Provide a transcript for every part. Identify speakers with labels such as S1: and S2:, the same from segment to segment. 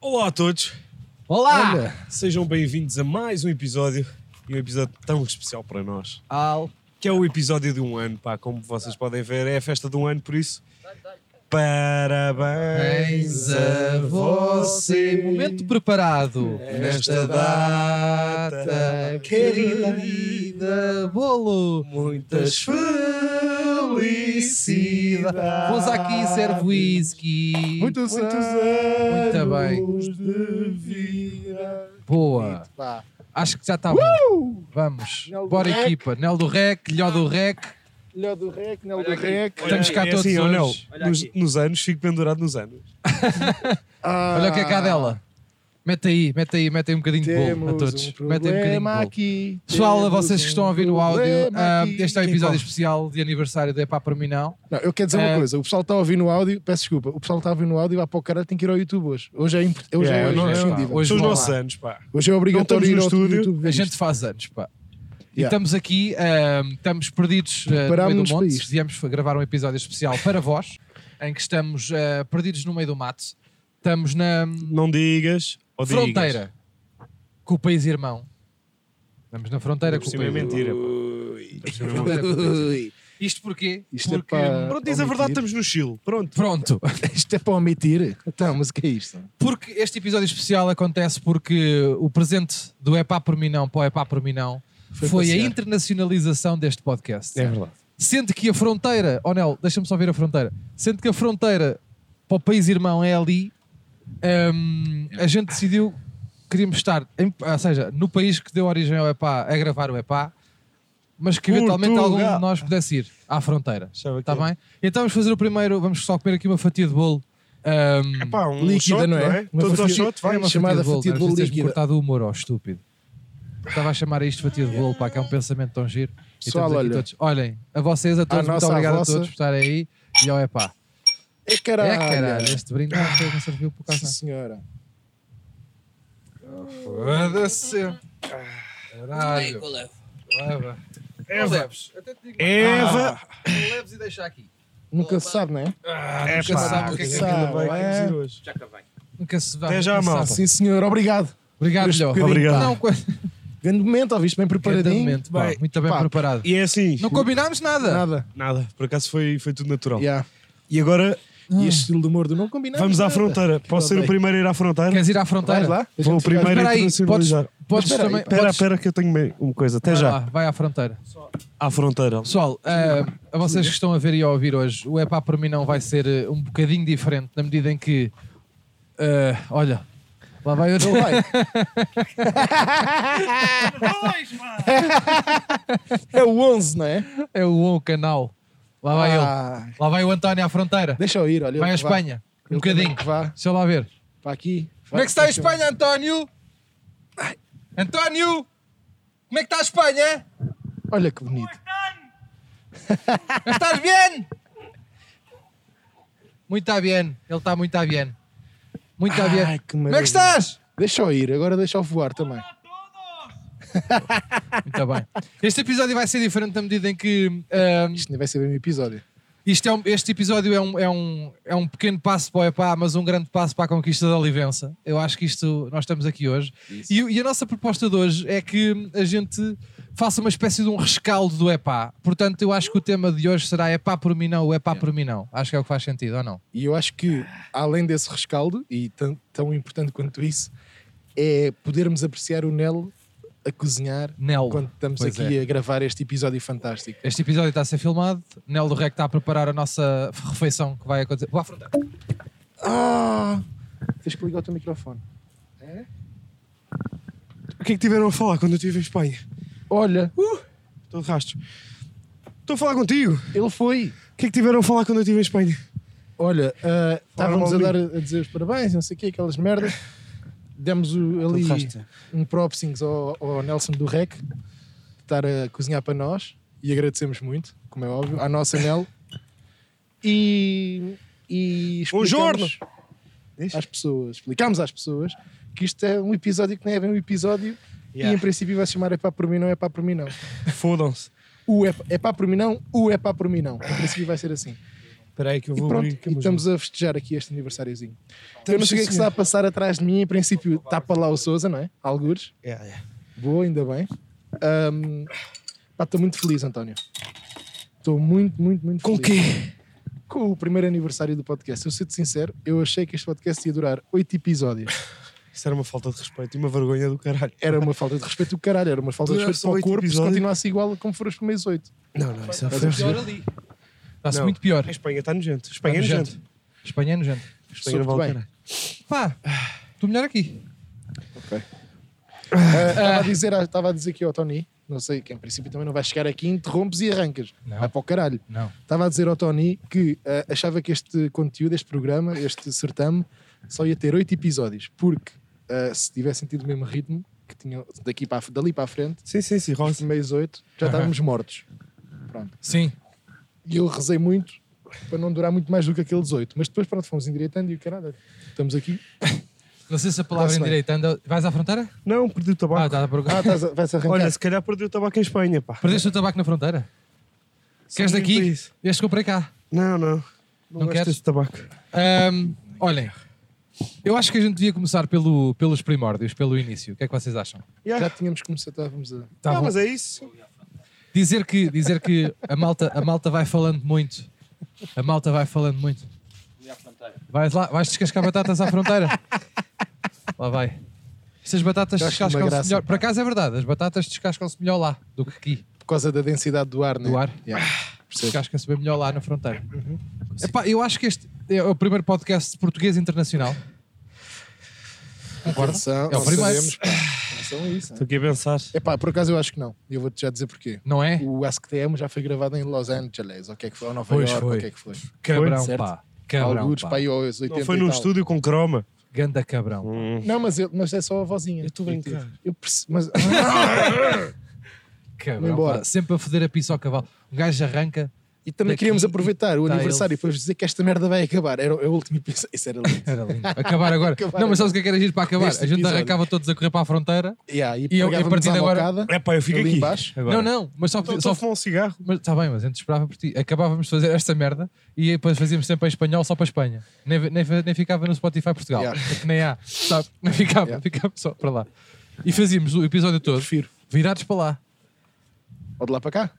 S1: Olá a todos,
S2: Olá!
S1: sejam bem-vindos a mais um episódio e um episódio tão especial para nós,
S2: Al.
S1: que é o episódio de um ano, pá, como vocês podem ver, é a festa de um ano, por isso, parabéns a você.
S2: Momento preparado.
S1: Nesta data querida.
S2: Bolo.
S1: Muitas felicidades.
S2: Vamos aqui serve whisky.
S3: Muitos,
S1: Muitos
S2: Muito bem.
S1: anos de vida.
S2: Boa.
S3: Pá.
S2: Acho que já está bom. Vamos.
S3: Nel do
S2: Bora
S3: Rec.
S2: equipa. Nel do Rec, Lhó do Rec.
S3: Lhó do rec, Nel do
S4: Olha aqui.
S3: rec.
S4: Olha
S2: Estamos cá
S1: É
S2: todos
S1: assim, ou não?
S2: hoje.
S4: Olha
S1: Nos,
S4: aqui.
S1: nos anos, fico pendurado nos anos.
S3: Ah,
S2: Olha o que é cá dela. Mete aí, mete aí, mete aí um bocadinho de bolo
S3: Temos
S2: a todos.
S3: um
S2: mete aí um bocadinho de
S3: problema
S2: bolo.
S3: aqui.
S2: Pessoal, a
S3: temos
S2: vocês que estão a ouvir no
S3: um
S2: áudio,
S3: problema
S2: ah,
S3: aqui.
S2: este é um episódio
S1: corre?
S2: especial de aniversário da Epá para mim não.
S3: Não, eu quero dizer
S2: Ah.
S3: uma coisa. O pessoal está a ouvir no áudio, peço desculpa, o pessoal está a ouvir no áudio e vai para o caralho, tem que ir ao YouTube hoje. Hoje é, impor- hoje
S1: É, hoje
S3: é, hoje
S1: é,
S3: é
S1: pá.
S3: imprescindível.
S2: Hoje
S1: São os
S2: vão
S1: nossos
S2: lá.
S1: anos, pá.
S3: Hoje é obrigatório
S1: Não
S3: ir ao
S1: estamos no estúdio,
S3: YouTube. ver
S2: A
S3: isto.
S2: gente faz anos, pá. E
S3: Yeah.
S2: estamos aqui, ahm, estamos perdidos ah, no meio
S3: Preparámos-nos
S2: do monte.
S3: para isto.
S2: Viemos gravar um episódio especial para vós, em que estamos ah, perdidos no meio do mato. Estamos na hum,
S1: Não digas. Ou digas.
S2: fronteira com o país irmão. Estamos na fronteira
S1: Por
S2: com o
S1: cima é
S2: país
S1: mentira.
S2: irmão.
S1: pá.
S2: Estamos na fronteira com o país irmão. Isto porquê?
S3: Isto é
S2: Porque,
S3: para-
S1: Pronto, diz a
S3: Omitir.
S1: verdade, estamos no Chile. Pronto.
S2: Pronto,
S3: Isto é para omitir. Então, mas o que é isto?
S2: porque este episódio especial acontece porque o presente do Epá por mim não para o Epá por mim não foi,
S3: Foi
S2: a
S3: passear. É.
S2: internacionalização deste podcast.
S3: verdade.
S2: Sendo que a fronteira, oh Nel, deixa-me só ver a fronteira. Sendo que a fronteira para o país irmão é ali, hum, a gente decidiu queríamos estar, em- ou seja, no país que deu origem ao EPA, a gravar o EPA, mas que eventualmente
S1: Portugal.
S2: algum de nós pudesse ir à fronteira.
S1: Achava que
S2: Está
S1: era.
S2: bem? Então vamos fazer o primeiro, vamos só comer aqui uma fatia de bolo. hum,
S1: Pá, um
S3: Líquida,
S1: shot,
S3: não é? Uma
S1: Todos ao
S3: fatia-
S1: shot, vai.
S3: é uma chamada fatia de bolo
S2: tens
S3: líquida.
S2: cortado o humor, ó estúpido. Estava a chamar a isto fatia de bolo, pá, que é um pensamento tão giro. E
S3: Pessoal,
S2: estamos aqui
S3: olha.
S2: todos. Olhem, a vocês, a todos, muito
S3: nossa, à
S2: obrigado a,
S3: vossa.
S2: todos por estarem aí. E ao epá.
S3: É
S2: É
S3: caralho.
S2: caralho, este brinde não foi- não serviu por
S3: Sim,
S2: causa.
S3: senhora.
S2: Foda-se. Caralho. Leva.
S1: Eva.
S2: leves. Até te digo,
S1: Eva.
S2: leves e deixa aqui.
S3: Nunca se sabe, não é?
S1: É
S2: nunca se sabe o que é que é,
S3: sabe,
S1: aquilo vai
S3: é?
S1: acontecer hoje.
S4: Já cá vem.
S2: Nunca se vai.
S1: Até já,
S2: nunca se
S1: malta.
S2: sabe.
S3: Sim, senhora. Obrigado.
S2: Obrigado,
S3: Este
S2: Lhó.
S3: bocadinho,
S1: Obrigado.
S2: Não, co-
S3: Grande momento, ouviste? Bem preparadinho.
S2: Atentamente, pá,
S1: Bem,
S2: Muito bem
S3: pá,
S2: preparado.
S1: E é assim.
S2: Não combinámos nada.
S3: Nada.
S1: Nada, por acaso foi, foi tudo natural.
S3: Yeah.
S1: E agora
S2: Hum.
S3: E este estilo de humor do não combinado.
S1: vamos à fronteira. Posso ser o
S3: bem.
S1: primeiro a ir à fronteira?
S2: Queres ir à fronteira?
S3: Vais lá? A
S1: Vou
S3: gente fica-
S1: primeiro
S2: Espera aí, podes,
S1: internacionalizar.
S2: podes
S3: Espera aí,
S2: também.
S1: Espera,
S2: podes-
S1: espera, que eu tenho meio- uma coisa. Até
S2: Vai lá,
S1: já.
S2: vai à fronteira.
S1: À fronteira.
S2: Pessoal, ah, a vocês que estão a ver e a ouvir hoje, o Epá por mim não vai ser ah, um bocadinho diferente na medida em que. ah, olha, lá vai outro.
S3: Ele vai. É o 11, não é?
S2: É o On Canal. Lá vai ele.
S3: Ah,
S2: Lá vai o António à fronteira.
S3: Deixa eu ir, olha. ele
S2: vai à
S3: que vá.
S2: Espanha. Um
S3: Ele
S2: bocadinho.
S3: que vá.
S2: Deixa eu lá ver.
S3: Para aqui.
S2: Como é que está a Espanha, António? Ai, António! Como é que está a Espanha?
S3: Olha que bonito.
S2: Estás bem? Muito bem. Ele está muito bem. Muito
S3: Ai,
S2: bem.
S3: que
S2: Como é que
S3: maravilha.
S2: estás?
S3: Deixa eu ir, agora deixa eu voar também.
S2: Muito bem. Este episódio vai ser diferente na medida em que ahm,
S3: Isto nem vai ser bem um episódio.
S2: isto é um- este episódio é um, é, um, é um pequeno passo para o EPA, mas um grande passo para a conquista da Olivença. Eu acho que isto, nós estamos aqui hoje. E, e a nossa proposta de hoje é que a gente faça uma espécie de um rescaldo do EPA. Portanto, eu acho que o tema de hoje será EPA por mim não, o EPA por mim não. Acho que é o que faz sentido, ou não?
S3: E eu acho que, além desse rescaldo, e tão, tão importante quanto isso, é podermos apreciar o Nelo a cozinhar
S2: Nel.
S3: quando estamos
S2: Pois
S3: aqui
S2: é.
S3: a gravar este episódio fantástico.
S2: Este episódio está a ser filmado. Nel do Rec está a preparar a nossa refeição que vai acontecer. Vou à fronteira.
S3: Ah! Tens que ligar o teu microfone.
S1: O que é que tiveram a falar quando eu estive em Espanha?
S3: Olha,
S1: Estou de rastro. Estou a falar contigo.
S3: ele foi.
S1: O que é que tiveram a falar quando eu estive em Espanha?
S3: Olha, ah, estávamos a
S1: Falaram
S3: dar a dizer os parabéns, não sei o quê, aquelas merdas. Demos o- ali um propsings ao, ao Nelson do Rec de estar a cozinhar para nós e agradecemos muito, como é óbvio, à nossa Nel. E, e
S1: Buongiorno!
S3: explicamos às pessoas, explicámos às pessoas que isto é um episódio que não é bem um episódio e em princípio vai se chamar É pá por mim não, é pá por mim não.
S1: Fodam-se.
S3: O é, é pá por mim não, o é pá por mim não. Em princípio vai ser assim.
S1: Espera aí que eu
S3: E
S1: vou
S3: pronto,
S1: abrir aqui
S3: e
S1: uma
S3: estamos a festejar aqui este aniversáriozinho. Então, eu não
S1: Estamos,
S3: sei o que é
S1: sim,
S3: que está a passar atrás de mim. Em princípio, está para lá o Souza, não é? Algures.
S1: É, é.
S3: Boa, ainda bem. Ahm, pá, Estou muito feliz, António. Estou muito, muito, muito
S1: Com o
S3: feliz.
S1: quê?
S3: Com o primeiro aniversário do podcast. Eu sou-te sincero, eu achei que este podcast ia durar oito episódios.
S1: Isso era uma falta de respeito e uma vergonha do caralho.
S3: Era uma falta de respeito do caralho, era uma falta de
S1: Duraram
S3: respeito
S1: só
S3: ao
S1: oito
S3: corpo se
S1: episódios?
S3: continuasse igual como foram os primeiros oito.
S1: Não, não, isso é
S3: Mas
S1: foi
S3: pior
S1: horrível.
S2: ali. Está-se
S1: Não.
S2: muito pior.
S1: A Espanha está nojento. A Espanha é
S2: Está
S1: nojento.
S2: nojento. Espanha é nojento.
S1: A Espanha não vale
S3: Soube-te
S1: o caralho.
S2: Pá, estou melhor aqui.
S3: Ah, Estava a dizer, estava a dizer aqui ao Tony, não sei, que em princípio também não vai chegar aqui, interrompes e arrancas.
S2: Não.
S3: Vai para o caralho.
S2: Não.
S3: Estava a dizer ao Tony que ah, achava que este conteúdo, este programa, este certame, só ia ter oito episódios, porque ah, se tivessem tido o mesmo ritmo que tinham daqui para, a- dali para a frente,
S1: Sim, sim, sim.
S3: os
S1: Rosa.
S3: primeiros oito, já
S2: Aham.
S3: estávamos mortos.
S2: Sim.
S3: E eu rezei muito para não durar muito mais do que aqueles oito. Mas depois, pronto, fomos endireitando e o caralho, estamos aqui.
S2: Não sei se a palavra
S3: Está-se
S2: em
S3: bem.
S2: direita anda. Vais à fronteira?
S1: Não, perdi o
S2: Ah,
S1: tabaco.
S2: está a
S3: Ah,
S2: perguntar.
S3: estás a- vais arrancar.
S1: Olha, se calhar perdi o tabaco em Espanha, pá.
S2: Perdeste o tabaco na fronteira? Queres
S1: Só
S2: daqui?
S1: para isso.
S2: Este comprei cá.
S1: Não, não. Não,
S2: Não
S1: gosto
S2: queres?
S1: desse tabaco.
S2: Ahm, olhem, eu acho que a gente devia começar pelo, pelos primórdios, pelo início. O que é que vocês acham?
S3: já
S1: Yeah.
S3: tínhamos começado, estávamos a.
S2: Tá
S1: ah,
S2: bom.
S1: mas é isso.
S2: Dizer que, dizer que a, malta, a malta vai falando muito. A malta vai falando muito. Vais lá, vais descascar batatas à fronteira. Lá vai. Essas batatas
S3: Eu acho uma
S2: descascam-se
S3: graça.
S2: melhor. Por acaso é verdade, as batatas descascam-se melhor lá do que aqui.
S3: Por causa da densidade do ar, né?
S2: Do ar.
S3: Yeah, percebo.
S2: Descascam-se bem é melhor lá na fronteira.
S3: Uhum.
S2: Epá, eu acho que este é o primeiro podcast de português internacional. Concordo?
S3: São,
S2: É o
S3: não
S2: primeiro.
S3: sabemos, pá. Não são isso.
S1: Estou aqui a pensar.
S3: É pá, por acaso eu acho que não. E eu vou-te já dizer porquê.
S2: Não é?
S3: O Ask TM já foi gravado em Los Angeles, ou o que é que foi, ou Nova
S2: Pois
S3: York, ou
S2: foi.
S3: o que é que foi.
S2: Cabrão,
S3: certo?
S2: pá. Cabrão,
S3: Alguns
S2: pá.
S3: para aí aos 80
S1: Não foi
S3: e
S1: num
S3: tal.
S1: estúdio com croma.
S2: Ganda cabrão.
S3: Não, mas, eu- mas é só a vozinha. tipo,
S1: Eu estou a brincar.
S3: Eu percebo, mas...
S2: Cabrão,
S3: Vambora.
S2: pá. Sempre a foder a pizza ao cavalo. Um gajo arranca.
S3: E também
S2: Daqui
S3: queríamos aproveitar o
S2: tá
S3: aniversário
S2: ele.
S3: e depois dizer que esta merda vai acabar. Era o é o último episódio. Isso era lindo.
S2: Era lindo. Acabar agora.
S3: Acabar
S2: não, mas sabes o que é que era giro para acabar?
S3: Este
S2: a gente
S3: episódio.
S2: arrancava todos a correr para a fronteira.
S3: Yeah, e
S2: E eu- e a
S3: pegávamos
S2: partir de agora-
S3: mocada,
S1: É pá, eu fico
S3: ali
S1: aqui.
S3: embaixo.
S1: Agora.
S2: Não, não. Mas só.
S1: Estou
S2: só
S1: a fumar um cigarro.
S2: mas está bem, mas a gente esperava por ti. Acabávamos de fazer esta merda e depois fazíamos sempre em espanhol só para a Espanha. Nem, nem, nem ficava no Spotify Portugal.
S3: Yeah.
S2: Porque nem há. Sabe? Não ficava,
S3: Yeah.
S2: ficava só para lá. E fazíamos o episódio todo
S3: Prefiro.
S2: virados para lá.
S3: Ou de lá para cá?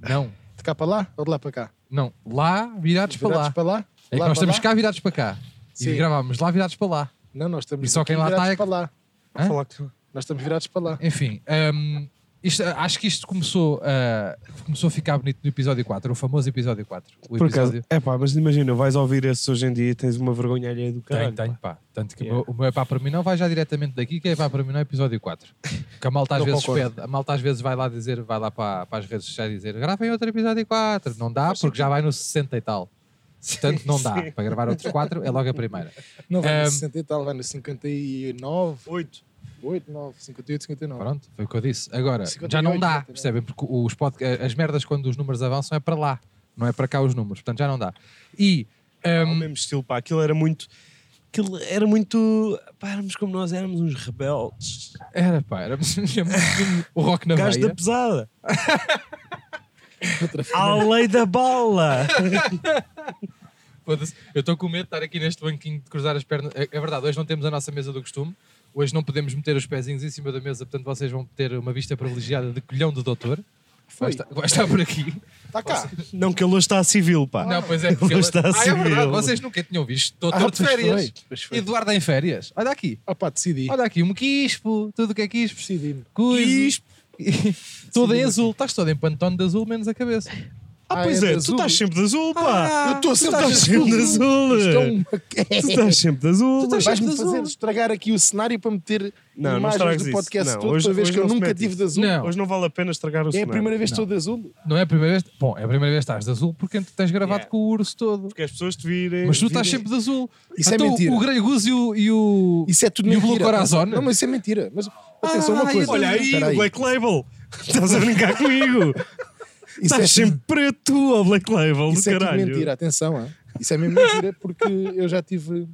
S2: Não,
S3: De cá para lá? Ou de lá para cá?
S2: não. Lá, virados, para lá.
S3: Virados para lá?
S2: É que
S3: Lá
S2: nós
S3: para
S2: estamos
S3: lá?
S2: cá virados para cá. E
S3: Sim.
S2: gravámos lá virados para lá.
S3: Não, nós estamos
S2: E só
S3: aqui
S2: quem lá está
S3: virados
S2: é que-
S3: para lá.
S1: Vou falar que-
S3: Nós estamos virados para lá.
S2: Enfim, hum, isto- acho que isto começou, a- começou a ficar bonito no episódio 4, o famoso episódio 4. O
S1: Por acaso,
S2: episódio...
S1: é pá, mas imagina, vais ouvir esse hoje em dia e tens uma vergonha alheia do
S2: Tenho,
S1: caralho.
S2: tenho, pá. Tanto que
S1: Yeah.
S2: o, meu, o meu é pá para mim não vai já diretamente daqui, que é pá para mim não é episódio 4. Que a malta às
S3: Não
S2: vezes
S3: concordo.
S2: pede, a malta às vezes vai lá dizer, vai lá para, para as redes sociais dizer gravem outro episódio 4. Não dá, porque já vai no 60 e tal. Portanto, não dá. Para gravar outros 4 é logo a primeira.
S3: Não vai
S2: Ahm.
S3: no 60 e tal, vai no 59,
S1: Oito.
S3: 8, 9, 58, 59.
S2: Pronto, foi o que eu disse. Agora,
S3: 58,
S2: já não dá,
S3: 59.
S2: percebem? Porque os podca- as merdas quando os números avançam é para lá, não é para cá os números, portanto já não dá. E
S1: Ao
S2: hum,
S1: mesmo estilo, pá, aquilo era muito. Aquilo era muito. Pá, éramos como nós, éramos uns rebeldes.
S2: era pá, era o rock na
S1: Gás da
S2: veia.
S1: pesada. À lei da bala.
S2: Foda-se. Eu estou com medo de estar aqui neste banquinho de cruzar as pernas. É, é verdade, hoje não temos a nossa mesa do costume, hoje não podemos meter os pezinhos em cima da mesa, portanto vocês vão ter uma vista privilegiada de colhão do doutor. Vai
S3: Foi.
S2: estar, vai estar por aqui.
S3: Está Tá cá.
S1: Não, que ele hoje está a civil, pá.
S2: Não, pois é,
S1: Ele
S2: porque ele-
S1: está a
S2: ah, é verdade,
S1: civil.
S2: vocês nunca tinham visto
S3: Ah,
S2: doutor de
S3: pois
S2: férias.
S3: foi, pois foi.
S2: Eduardo em férias. Olha aqui.
S3: Ah pá, decidi.
S2: Olha aqui, um quispo, tudo o que é quispo,
S3: decidi.
S2: coisas.
S1: Quispo.
S2: Todo em azul, estás todo em pantone de azul, menos a cabeça.
S1: Ah, pois
S3: Ah,
S1: é,
S3: é de
S1: tu
S3: azul.
S1: estás sempre de azul, pá.
S2: Ah,
S3: Eu estou
S1: tu
S3: sempre
S1: estás sempre de
S3: Isto é
S1: azul.
S3: uma-
S1: Tu estás sempre de azul.
S2: Tu estás-
S3: Vais-me
S2: de azul.
S3: fazer estragar aqui o cenário para meter
S1: Não, não
S3: imagens
S1: estragas
S3: do
S1: isso.
S3: podcast
S1: Não,
S3: todo
S1: hoje-
S3: para vez
S1: hoje
S3: que eu
S1: não se
S3: nunca
S1: mete
S3: tive
S1: isso.
S3: de azul.
S2: Não.
S1: Hoje não vale a pena estragar o
S3: É a
S1: cenário.
S3: primeira vez que estou de azul.
S2: Não é a primeira vez. Bom, é a primeira vez que estás de azul porque tu tens gravado
S1: Yeah.
S2: com o urso todo.
S1: Porque as pessoas te virem.
S2: Mas tu estás
S1: virem-
S2: sempre de azul.
S3: Isso é
S2: Então,
S3: mentira.
S2: O Grey Goose e o. E o,
S3: Isso é tudo
S2: e o
S3: mentira.
S2: Blue Corazon.
S3: Não, mas isso é mentira. Mas atenção, É uma
S2: ai,
S3: coisa.
S1: Ah, Olha aí,
S3: Espera
S1: o Black Label. Estás a brincar comigo.
S3: Isso é
S1: Estás sempre preto ao Black Label do
S3: Isso é tudo
S1: caralho.
S3: mentira, atenção. ah. Isso é mesmo mentira porque eu já tive.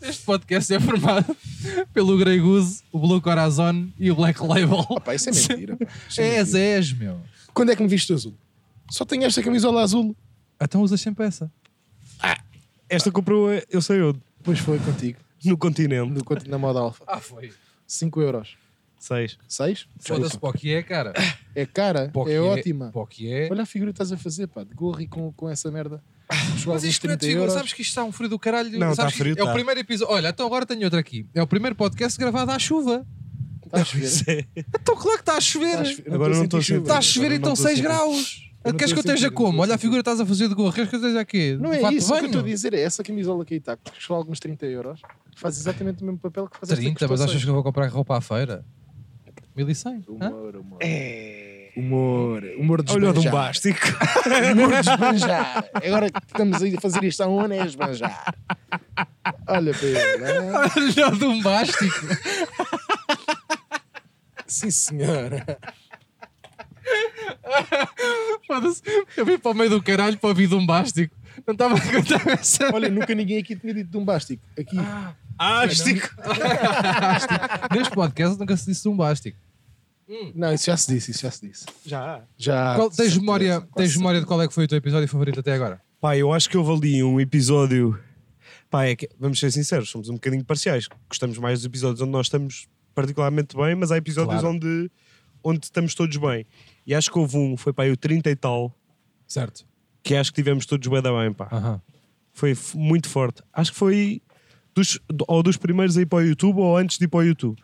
S2: Este podcast é formado pelo Grey Goose, o Blue Corazon e o Black Label.
S3: Pá, isso é mentira. pá. Isso é
S2: És,
S3: mentira.
S2: és, meu.
S3: Quando é que me viste de azul? Só tenho esta camisola azul.
S2: Então usas sempre essa.
S1: Esta comprou, eh, eu sei onde,
S3: Pois foi contigo.
S1: no continente.
S3: Do Conti- na moda alfa.
S2: Ah, foi.
S3: 5 euros.
S1: Seis.
S3: 6?
S2: Foda-se para o que é, cara.
S3: É cara,
S2: Para o que
S3: é ótima.
S2: Para o que é.
S3: Olha a figura que estás a fazer, pá, de gorro e com, com essa merda. Chegou
S2: Mas
S3: alguns
S2: isto não é de
S3: 30
S2: figura,
S3: euros.
S2: sabes que isto está um frio do caralho.
S1: Não,
S2: sabes
S1: está
S2: que
S1: frio,
S2: isto- É o
S1: está.
S2: primeiro episódio. Olha, então agora tenho outro aqui. É o primeiro podcast gravado à chuva.
S3: Está a chover.
S2: Então claro que está a chover.
S3: Está a chover.
S1: Agora não estou a sentir.
S2: Está a chover
S1: Agora não
S2: então
S1: estou a
S2: 6
S1: sentir.
S2: graus.
S3: Eu não
S2: Queres que eu
S3: estou a
S2: esteja
S3: sentir,
S2: como?
S3: não estou a
S2: Olha a figura que estás a fazer de gorro. Queres que eu esteja aqui?
S3: Não é isso o que eu estou a dizer, é essa camisola que aí está, que custou alguns 30 euros, faz exatamente o mesmo papel que faz esta que
S2: 30,
S3: custou
S2: mas achas
S3: seis.
S2: que eu vou comprar roupa à feira? 1100? hã?
S3: Humor, humor. Humor, humor de
S1: Olhou de um
S3: esbanjar.
S1: bástico.
S3: Humor de esbanjar. Agora que estamos aí a fazer isto há um ano é esbanjar. Olha para ele, né?
S2: Olha de um bástico. Ah,
S3: Sim, senhora.
S2: Foda-se. Eu vim para o meio do caralho para ouvir de um bástico. Não estava a contar essa.
S3: Olha, nunca ninguém aqui tinha dito de um bástico. Aqui.
S2: Ah.
S1: Ástico.
S2: Neste podcast nunca se disse de um bástico.
S3: Não, isso já se disse, isso já se disse.
S1: Já.
S3: Já.
S2: Qual- tens
S3: Ah, certeza,
S2: memória,
S3: quase
S2: tens memória de qual é que foi o teu episódio favorito até agora?
S1: Pá, eu acho que eu ali um episódio. Pá, é que, vamos ser sinceros, somos um bocadinho parciais. Gostamos mais dos episódios onde nós estamos particularmente bem, mas há episódios
S2: Claro.
S1: onde, onde estamos todos bem. E acho que houve um, foi pá, aí o 30 e tal,
S2: Certo.
S1: que acho que tivemos todos bem da bem, pá.
S2: Aham.
S1: Foi f- muito forte. Acho que foi dos, do- ou dos primeiros a ir para o YouTube ou antes de ir para o YouTube.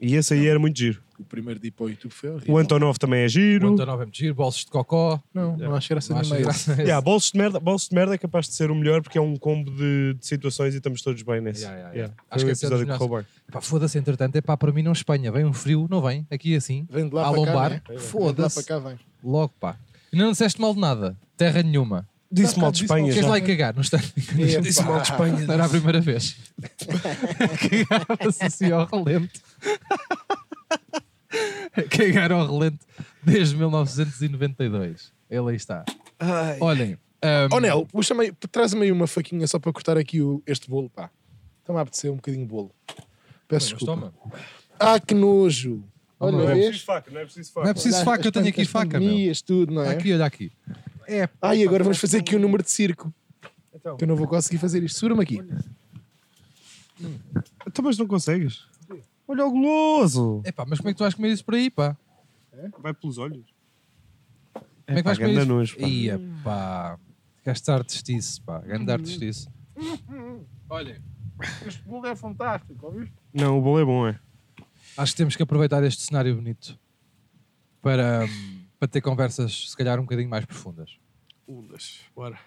S1: E esse aí era muito giro.
S3: certeza. O primeiro de ir para o YouTube foi horrível.
S1: O Antonov também é
S2: Tipo, O
S1: giro.
S2: Antonov é muito giro, bolsos de cocó.
S3: Não, não acho assim graça
S2: Não achas
S3: nenhuma. a esse.
S2: graça a esse?
S1: Yeah, bolsos, de merda, bolsos de merda é capaz de ser o melhor porque é um combo de, de situações e estamos todos bem nesse.
S2: Yeah, yeah, yeah. Acho
S1: Acho
S2: que
S1: que
S2: esse é dos
S1: episódio que
S2: melhores.
S1: roubou.
S2: Pá, foda-se, entretanto, é pá, para mim não Espanha. Vem um frio, não vem? Aqui assim,
S3: Vem de
S2: à
S3: lá
S2: lombar.
S3: para cá. né? Vem de lá para
S2: Foda-se.
S3: cá, vem.
S2: Logo, pá. E não disseste mal de nada. Terra nenhuma.
S1: Disse mal de
S3: Disse mal
S1: Espanha.
S3: de
S2: Queres
S1: já.
S2: lá e cagar, não está?
S3: Epá.
S1: Disse mal de Espanha.
S2: Era a primeira vez. Cagava-se assim ao relento. Cagar ao relento desde 1992. Ele aí está. Olhem. um,
S3: Ó
S2: ahm,
S3: Nel, puxa-me aí- traz-me aí uma faquinha só para cortar aqui o- este bolo, pá. Está-me a apetecer um bocadinho de bolo. Peço
S2: mas
S3: desculpa.
S2: toma.
S3: Ah, que nojo!
S2: Olha,
S3: Olha,
S2: não é
S3: vês?
S1: faca, não é preciso
S2: Não é preciso
S3: Olha,
S2: faca, eu tenho
S3: as
S2: aqui faca, meu.
S3: pandemias, tudo, não
S2: Olha
S3: é?
S2: Aqui, olha aqui. É,
S3: Ah, e agora vamos fazer aqui o número de circo.
S1: Então.
S3: Que eu não vou conseguir fazer isto. Segura-me aqui.
S1: Tu, então, mas não consegues. Olha o goloso.
S2: é pá, mas como é que tu vais comer isso por aí, pá?
S1: Vai pelos olhos.
S2: Como é que vais comer
S1: ganda
S2: isso?
S1: nojo, pá.
S2: Ia, pá. Gasta artistice, pá. Ganda artistice. Olhem,
S3: Este bolo é fantástico, ouviste?
S1: Não, o bolo é bom, é.
S2: acho que temos que aproveitar este cenário bonito para, hum, para ter conversas, se calhar, um bocadinho mais profundas.
S1: Bora.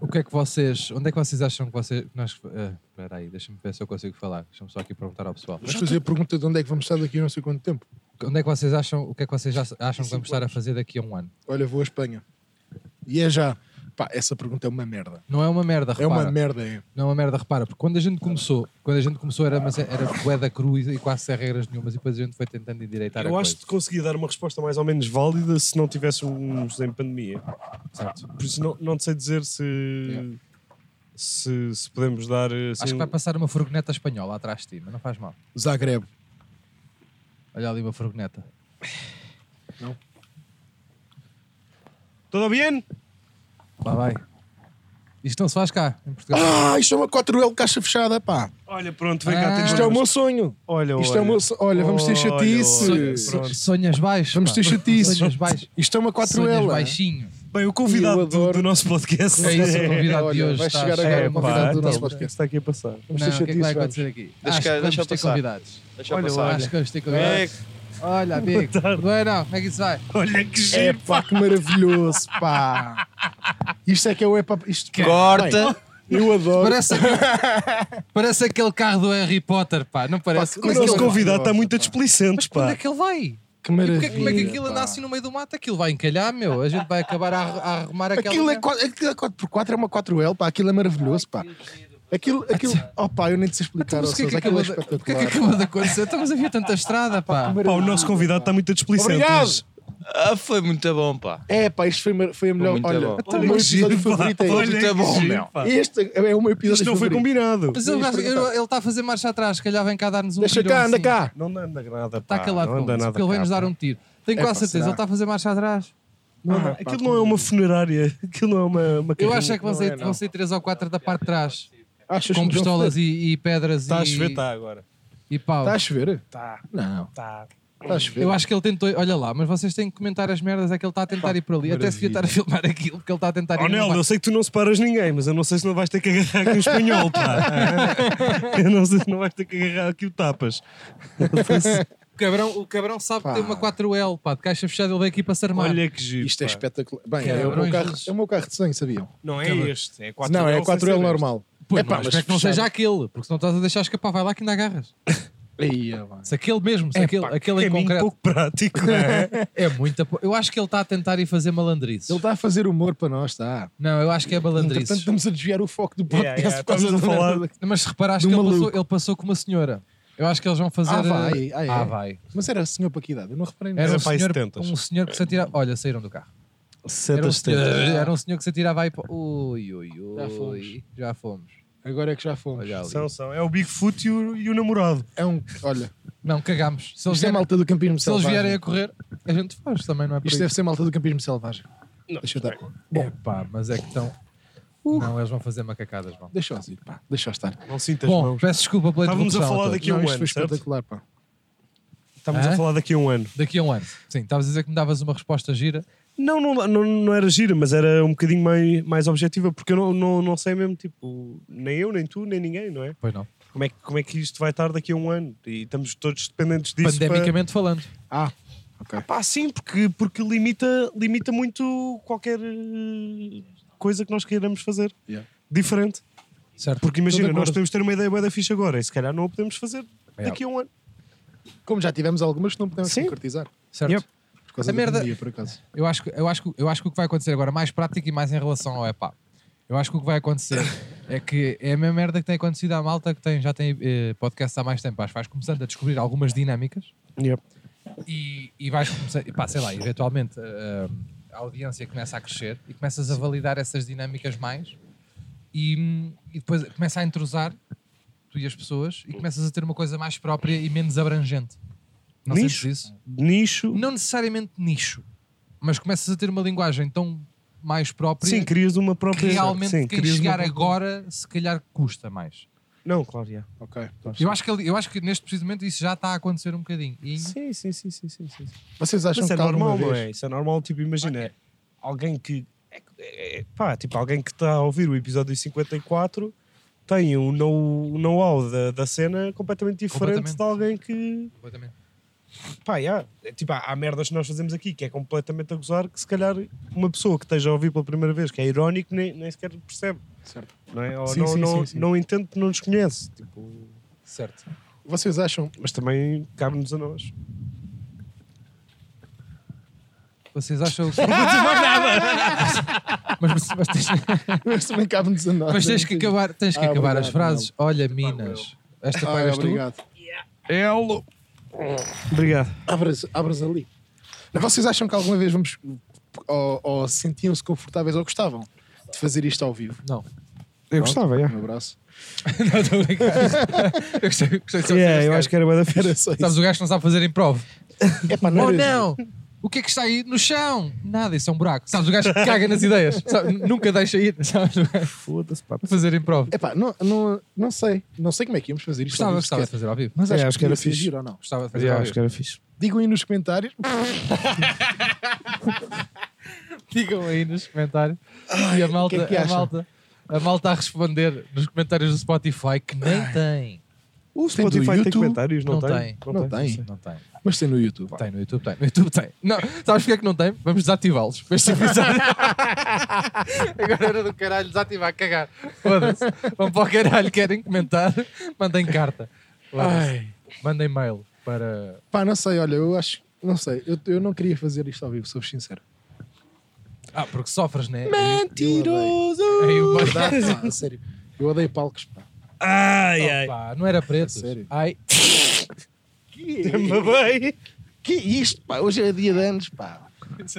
S2: O que é que vocês... Onde é que vocês acham que vocês... que Nós, ah, espera aí, deixa-me ver se eu consigo falar. Deixa-me só aqui perguntar ao pessoal.
S3: Vamos fazer a pergunta de onde é que vamos estar daqui a não sei quanto tempo.
S2: Onde é que vocês acham... O que é que vocês acham que vamos estar a fazer daqui a um ano?
S3: Olha, vou à Espanha. E é já. Pá, essa pergunta é uma merda.
S2: Não é uma merda, repara.
S3: É uma merda, é.
S2: Não é uma merda, repara, porque quando a gente começou, quando a gente começou era, mas era bué da cru e e quase sem regras nenhumas e depois a gente foi tentando endireitar
S1: Eu
S2: a
S1: acho que consegui dar uma resposta mais ou menos válida se não tivéssemos em pandemia.
S2: coisa. Certo.
S3: Ah,
S1: Por isso não, não te sei dizer se,
S3: Yeah.
S1: se, se podemos dar assim,
S2: Acho que vai passar uma furgoneta espanhola atrás de ti, mas não faz mal.
S3: Zagreb.
S2: Olha ali uma furgoneta.
S1: Tudo bem?
S2: Lá vai. Isto não se faz cá, em Portugal.
S3: Ah, isto é uma 4L caixa fechada, pá.
S1: Olha, pronto, vem cá.
S2: Ah.
S1: temos
S3: Isto é o
S1: mais-
S3: meu sonho.
S1: Olha,
S3: Isto é o meu sonho. Olha, vamos ter
S1: Olha, olha,
S3: chatice.
S1: pronto.
S2: Sonhas baixos.
S3: Vamos
S2: pá.
S3: ter chatices.
S2: Sonhas baixos.
S3: Isto é uma
S2: Sonhas
S3: 4L.
S2: baixinho.
S1: Bem, o convidado
S3: Eu
S1: do- do,
S3: adoro.
S1: nosso podcast
S2: É isso, o convidado de
S3: Olha,
S2: hoje.
S3: vai
S2: está
S3: chegar
S2: cheio
S3: agora
S2: de
S3: o
S1: pá,
S3: convidado do
S2: convidados.
S3: nosso
S1: então,
S3: podcast. tá
S1: Está aqui a passar.
S3: Vamos
S2: Não,
S3: ter
S2: o que é que vai
S3: chatice, vamos.
S2: acontecer aqui?
S4: Deixa
S2: acho
S4: cá-
S2: que
S4: deixa eu
S2: vamos ter
S4: passar.
S2: convidados.
S4: Deixa
S1: Olha
S4: eu
S1: lá.
S4: passar.
S2: Acho que vamos ter
S4: É,
S2: convidados. Olha, amigo.
S1: tarde.
S2: Não é não? Como é que isso vai?
S1: Olha que
S3: É
S1: giro.
S3: pá, que maravilhoso, pá. Isto é que é o epa. Isto, pá,
S4: Corta.
S3: bem, eu adoro.
S2: Parece, aquele- parece aquele carro do Harry Potter, pá, não parece?
S3: Pá,
S2: Como
S1: O
S2: é que
S1: nosso
S2: ele vai?
S1: convidado está muito
S3: Pá.
S1: desplicente,
S2: Mas para onde
S1: pá.
S2: é que ele vai?
S3: Que
S2: E
S3: maravilha.
S2: porque, como é que aquilo anda
S3: pá.
S2: assim no meio do mato? Aquilo vai encalhar, meu. A gente vai acabar a, a arrumar aquela.
S3: Aquilo é, qua- aquilo é 4x4, é uma 4L, pá. Aquilo é maravilhoso, pá. Aquilo, aquilo... Oh pá, eu nem te sei explicar,
S2: Então, mas o que é
S3: Sousa,
S2: que
S3: aquilo
S2: acabou
S3: é
S2: de-
S3: espetacular.
S2: o que é que acabou de acontecer? Estamos a ver tanta estrada, pá.
S3: maravilha.
S1: Pá, o nosso convidado está muito desplicente. hoje.
S3: Obrigado!
S4: Ah, foi muito bom, pá.
S3: É pá, isto foi, mar- foi a melhor...
S4: Muito
S3: olha,
S4: bom.
S3: o meu
S1: que
S3: episódio
S1: giro, pá.
S3: favorito é este.
S1: Olha
S4: Muito
S1: que
S4: bom,
S1: giro,
S4: meu.
S1: pá.
S3: Este é o meu episódio
S1: Isto não foi
S3: favorito.
S1: combinado.
S2: Mas ele,
S3: Ias perguntar.
S2: ele está a fazer marcha atrás, calhar vem cá dar-nos um
S3: Deixa
S2: tiro.
S3: cá, anda
S2: assim.
S3: cá.
S1: Não anda nada,
S2: Está
S1: pá.
S2: Tá calado
S1: Não
S2: com
S1: anda
S2: isso,
S1: nada
S2: porque ele
S1: cá,
S2: vai nos dar
S1: pá.
S2: um tiro. Tenho
S3: É,
S2: quase
S3: pá,
S2: certeza,
S3: será?
S2: ele está a fazer marcha atrás.
S3: Não,
S1: Ah,
S3: não, pá,
S1: aquilo não é uma funerária, aquilo não é uma, uma
S2: Eu
S1: carrinha.
S2: acho é que vão
S3: Não
S2: ser,
S3: é, não.
S2: vão ser três ou quatro da parte de trás,
S3: Achas
S2: com
S3: que nos vão
S2: pistolas
S3: foder?
S2: e, e pedras
S1: Está
S2: e,
S1: Tá a chover, está agora.
S2: e pau.
S3: Está Tá a chover?
S2: Tá,
S1: Está,
S3: Não,
S1: está.
S3: está a chover.
S2: Eu acho que ele tentou. Olha lá, mas vocês têm que comentar as merdas. É que ele está a tentar ir para ali. Até se devia estar a filmar aquilo, porque ele está a tentar ir
S1: Oh,
S2: não
S1: Nel,
S2: vai.
S1: eu sei que tu não separas ninguém, mas eu não sei se não vais ter que agarrar aqui um espanhol, pá. eu não sei se não vais ter que agarrar aqui o tapas. Não sei se-
S2: O cabrão, o cabrão sabe
S3: Pá.
S2: que tem uma 4L, pá, de caixa fechada, ele veio aqui para se armar.
S1: Olha que giro.
S3: Isto é
S1: pá.
S3: espetacular. Bem,
S2: Cara,
S3: é, o meu
S2: Bruno
S3: carro,
S2: Jesus.
S3: é o meu carro de sonho, sabiam?
S1: Não é
S2: Cabra-
S1: este, é 4L.
S3: não, é
S1: sem
S3: 4L
S1: ser
S3: normal.
S2: Pô,
S3: é
S2: não, espero que não seja aquele, porque senão estás a deixar escapar, vai lá que ainda agarras. Se aquele mesmo, se
S1: este.
S2: aquele,
S1: Epá,
S2: aquele
S3: é
S2: em
S1: caminho
S2: concreto.
S1: é pouco prático, não é?
S2: É muita. po- Eu acho que ele está a tentar ir fazer malandrices.
S3: Ele está a fazer humor para nós, tá? está.
S2: Não, eu acho que é
S3: Entretanto,
S2: malandrices.
S3: estamos a desviar o foco do
S1: Yeah,
S3: podcast
S1: yeah,
S3: por causa
S1: estamos a
S3: da
S1: falar-
S3: merda.
S2: Mas se reparaste
S3: Do
S2: que ele passou,
S3: maluco.
S2: ele passou com uma senhora. Eu acho que eles vão fazer.
S3: Ah, vai,
S2: eh,
S3: ah, é.
S2: ah, vai.
S3: Mas era senhor para que idade? Eu não reparei
S2: Era
S1: Era
S2: um
S1: para aí
S2: senhor,
S1: 70s.
S2: um senhor que se atirava. Olha, saíram do carro. Era um,
S1: Setas
S2: senhor,
S1: tetas.
S2: era um senhor que se atirava aí para. Ui, ui, ui.
S3: Já fomos.
S2: Já fomos.
S3: Agora é que já fomos.
S2: Olha ali.
S1: São, são. É o Bigfoot e o, e o namorado.
S3: É um... Olha,
S2: Não, cagámos. Se eles,
S3: isto é
S2: vierem,
S3: malta do campismo
S2: se eles
S3: selvagem.
S2: vierem a correr, a gente faz também, não é por
S3: Isto
S2: aí.
S3: deve ser malta do campismo selvagem. Deixa eu dar. Bom,
S2: Epá, mas é que estão. Não, eles vão fazer macacadas, vão.
S3: deixa eu ir, pá. Deixa eu estar.
S1: Não sintas
S2: Bom,
S1: mãos.
S2: peço desculpa pela
S1: Estávamos a
S2: interrupção
S1: falar
S2: todos.
S1: daqui a
S3: não,
S1: um
S3: isto
S1: ano,
S3: foi
S1: certo?
S3: espetacular, pá.
S1: Estamos
S2: Hã?
S1: a falar daqui a um ano.
S2: Daqui a um ano. Sim, estavas a dizer que me davas uma resposta gira.
S1: Não, não, não, não era gira, mas era um bocadinho mais, mais objetiva, porque eu não, não, não sei mesmo, tipo, nem eu, nem tu, nem ninguém, não é?
S2: Pois não.
S1: Como é, que, como é que isto vai estar daqui a um ano? E estamos todos dependentes disso. Para...
S2: Pandemicamente falando.
S3: Ah, ok.
S1: Pá, sim, porque, porque limita, limita muito qualquer eh, coisa que nós queiramos fazer.
S3: Yeah.
S1: Diferente.
S2: Certo.
S1: Porque imagina,
S3: de
S1: nós
S3: acordo.
S1: podemos ter uma ideia bué da ficha agora e se calhar não a podemos fazer
S2: Yeah.
S1: daqui a um ano.
S3: Como já tivemos algumas que não podemos
S1: Sim.
S3: concretizar.
S2: Certo.
S1: Yep.
S3: Por causa
S2: A
S3: da
S2: merda-
S3: pandemia, por acaso.
S2: Eu, acho, que- eu, acho, que- eu acho que o que vai acontecer agora, mais prático e mais em relação ao EPA. Eu acho que o que vai acontecer é que é a mesma merda que tem acontecido à malta que tem, já tem eh, podcast há mais tempo. Acho que vais começando a descobrir algumas dinâmicas e, e vais começar, e pá, sei lá, eventualmente eh, a audiência começa a crescer e começas a validar essas dinâmicas mais e, hum, e depois começa a entrosar tu e as pessoas e começas a ter uma coisa mais própria e menos abrangente. Não
S1: Nicho.
S2: sentes isso?
S1: Nicho.
S2: Não necessariamente nicho, mas começas a ter uma linguagem tão mais própria
S1: Sim, crias uma
S2: que
S1: própria.
S2: realmente
S1: sim,
S2: quem
S1: crias uma
S2: chegar
S1: própria-
S2: agora se calhar custa mais.
S1: Não, claro, yeah.
S3: Ok.
S2: Eu acho, que, ali- eu acho que neste preciso momento isso já está a acontecer um bocadinho. E
S1: Sim, sim, sim, sim, sim, sim.
S3: Vocês acham
S1: Mas
S3: que
S1: é
S3: alguma
S1: normal, não
S3: vez...
S1: é? Isso é normal, tipo, imagina, alguém que. é- é- pá, tipo, alguém que está a ouvir o episódio 54 tem um know- um know-how da, da cena completamente diferente
S2: Completamente.
S1: de alguém que.
S2: completamente.
S1: Pá, yeah, é, tipo, há, há merdas que nós fazemos aqui que é completamente a gozar que se calhar uma pessoa que esteja a ouvir pela primeira vez, que é irónico, nem, nem sequer percebe.
S3: Certo.
S1: Não, é? Ou
S3: Sim,
S1: não,
S3: sim,
S1: não,
S3: sim, sim.
S1: não entende, não nos conhece. Tipo,
S2: Certo.
S3: Vocês acham...
S1: mas também cabe-nos a nós.
S2: Vocês acham que. mas, mas tens,
S1: Ah,
S3: Mas também cabe-nos a nós.
S2: mas tens que acabar, tens que
S3: Ah,
S2: acabar
S3: obrigado,
S2: as frases. Olha, Minas. Esta
S3: Ah,
S2: pagas tu?
S3: obrigado.
S1: Elo! Obrigado.
S3: Abras, abras ali. Não, Vocês acham que alguma vez vamos... Ou, ou sentiam-se confortáveis ou gostavam de fazer isto ao vivo?
S2: Não.
S1: Eu
S3: Pronto,
S1: gostava, yeah.
S3: Um abraço.
S2: não, estou a brincar. Eu gostei, gostei de ser
S1: Yeah,
S2: este
S1: eu
S2: gajo.
S1: acho que era bué da fixe.
S3: Era só isso.
S2: Sabes, o gajo não sabe fazer improv.
S3: Epá,
S2: Oh
S3: era-
S2: não! O que é que está aí no chão? Nada, isso é um buraco. Sabes, o gajo que caga nas ideias. Sabe, nunca deixa ir. Sabes, o gajo
S1: Foda-se, pá.
S2: fazer improv.
S3: Epá, não, não, não sei. Não sei como é que íamos fazer isto
S2: Gostava,
S3: ao vivo
S2: gostava de
S3: sequer.
S2: fazer ao vivo.
S3: Mas
S1: É,
S3: acho,
S1: acho
S3: que
S1: que era
S3: ia ser
S1: fixe.
S3: giro ou não?
S2: Gostava de fazer
S1: Yeah,
S2: ao
S1: acho
S2: vivo.
S1: que era fixe.
S3: Digam aí nos comentários.
S2: Digam aí nos comentários. e a malta,
S3: que é que
S2: a
S3: acham?
S2: malta, a malta a responder nos comentários do Spotify que nem tem.
S1: O
S3: Tem do
S1: Spotify tem
S3: YouTube?
S1: comentários, não,
S2: Não tem.
S3: Não tem.
S2: Não tem.
S3: Mas tem no YouTube.
S2: Tem no YouTube, tem. No YouTube tem. Não, sabes porque é que não tem? Vamos desativá-los. para Este episódio. Agora era do caralho desativar, cagar. Foda-se. Vão para o caralho, querem comentar? Mandem carta. Foda-se.
S3: Ai.
S2: Mandem mail para.
S3: Pá, não sei, olha, eu acho. Não sei, eu, eu não queria fazer isto ao vivo, sou sincero.
S2: Ah, porque sofres, né?
S3: Mentiroso!
S2: Aí o
S3: Verdade, pá, a sério. Eu odeio palcos, pá.
S1: Ai, ai.
S2: Opa, não era preto.
S3: Sério?
S2: Ai,
S1: Mas bem.
S3: Que é isto, pá? Hoje é dia de anos, pá.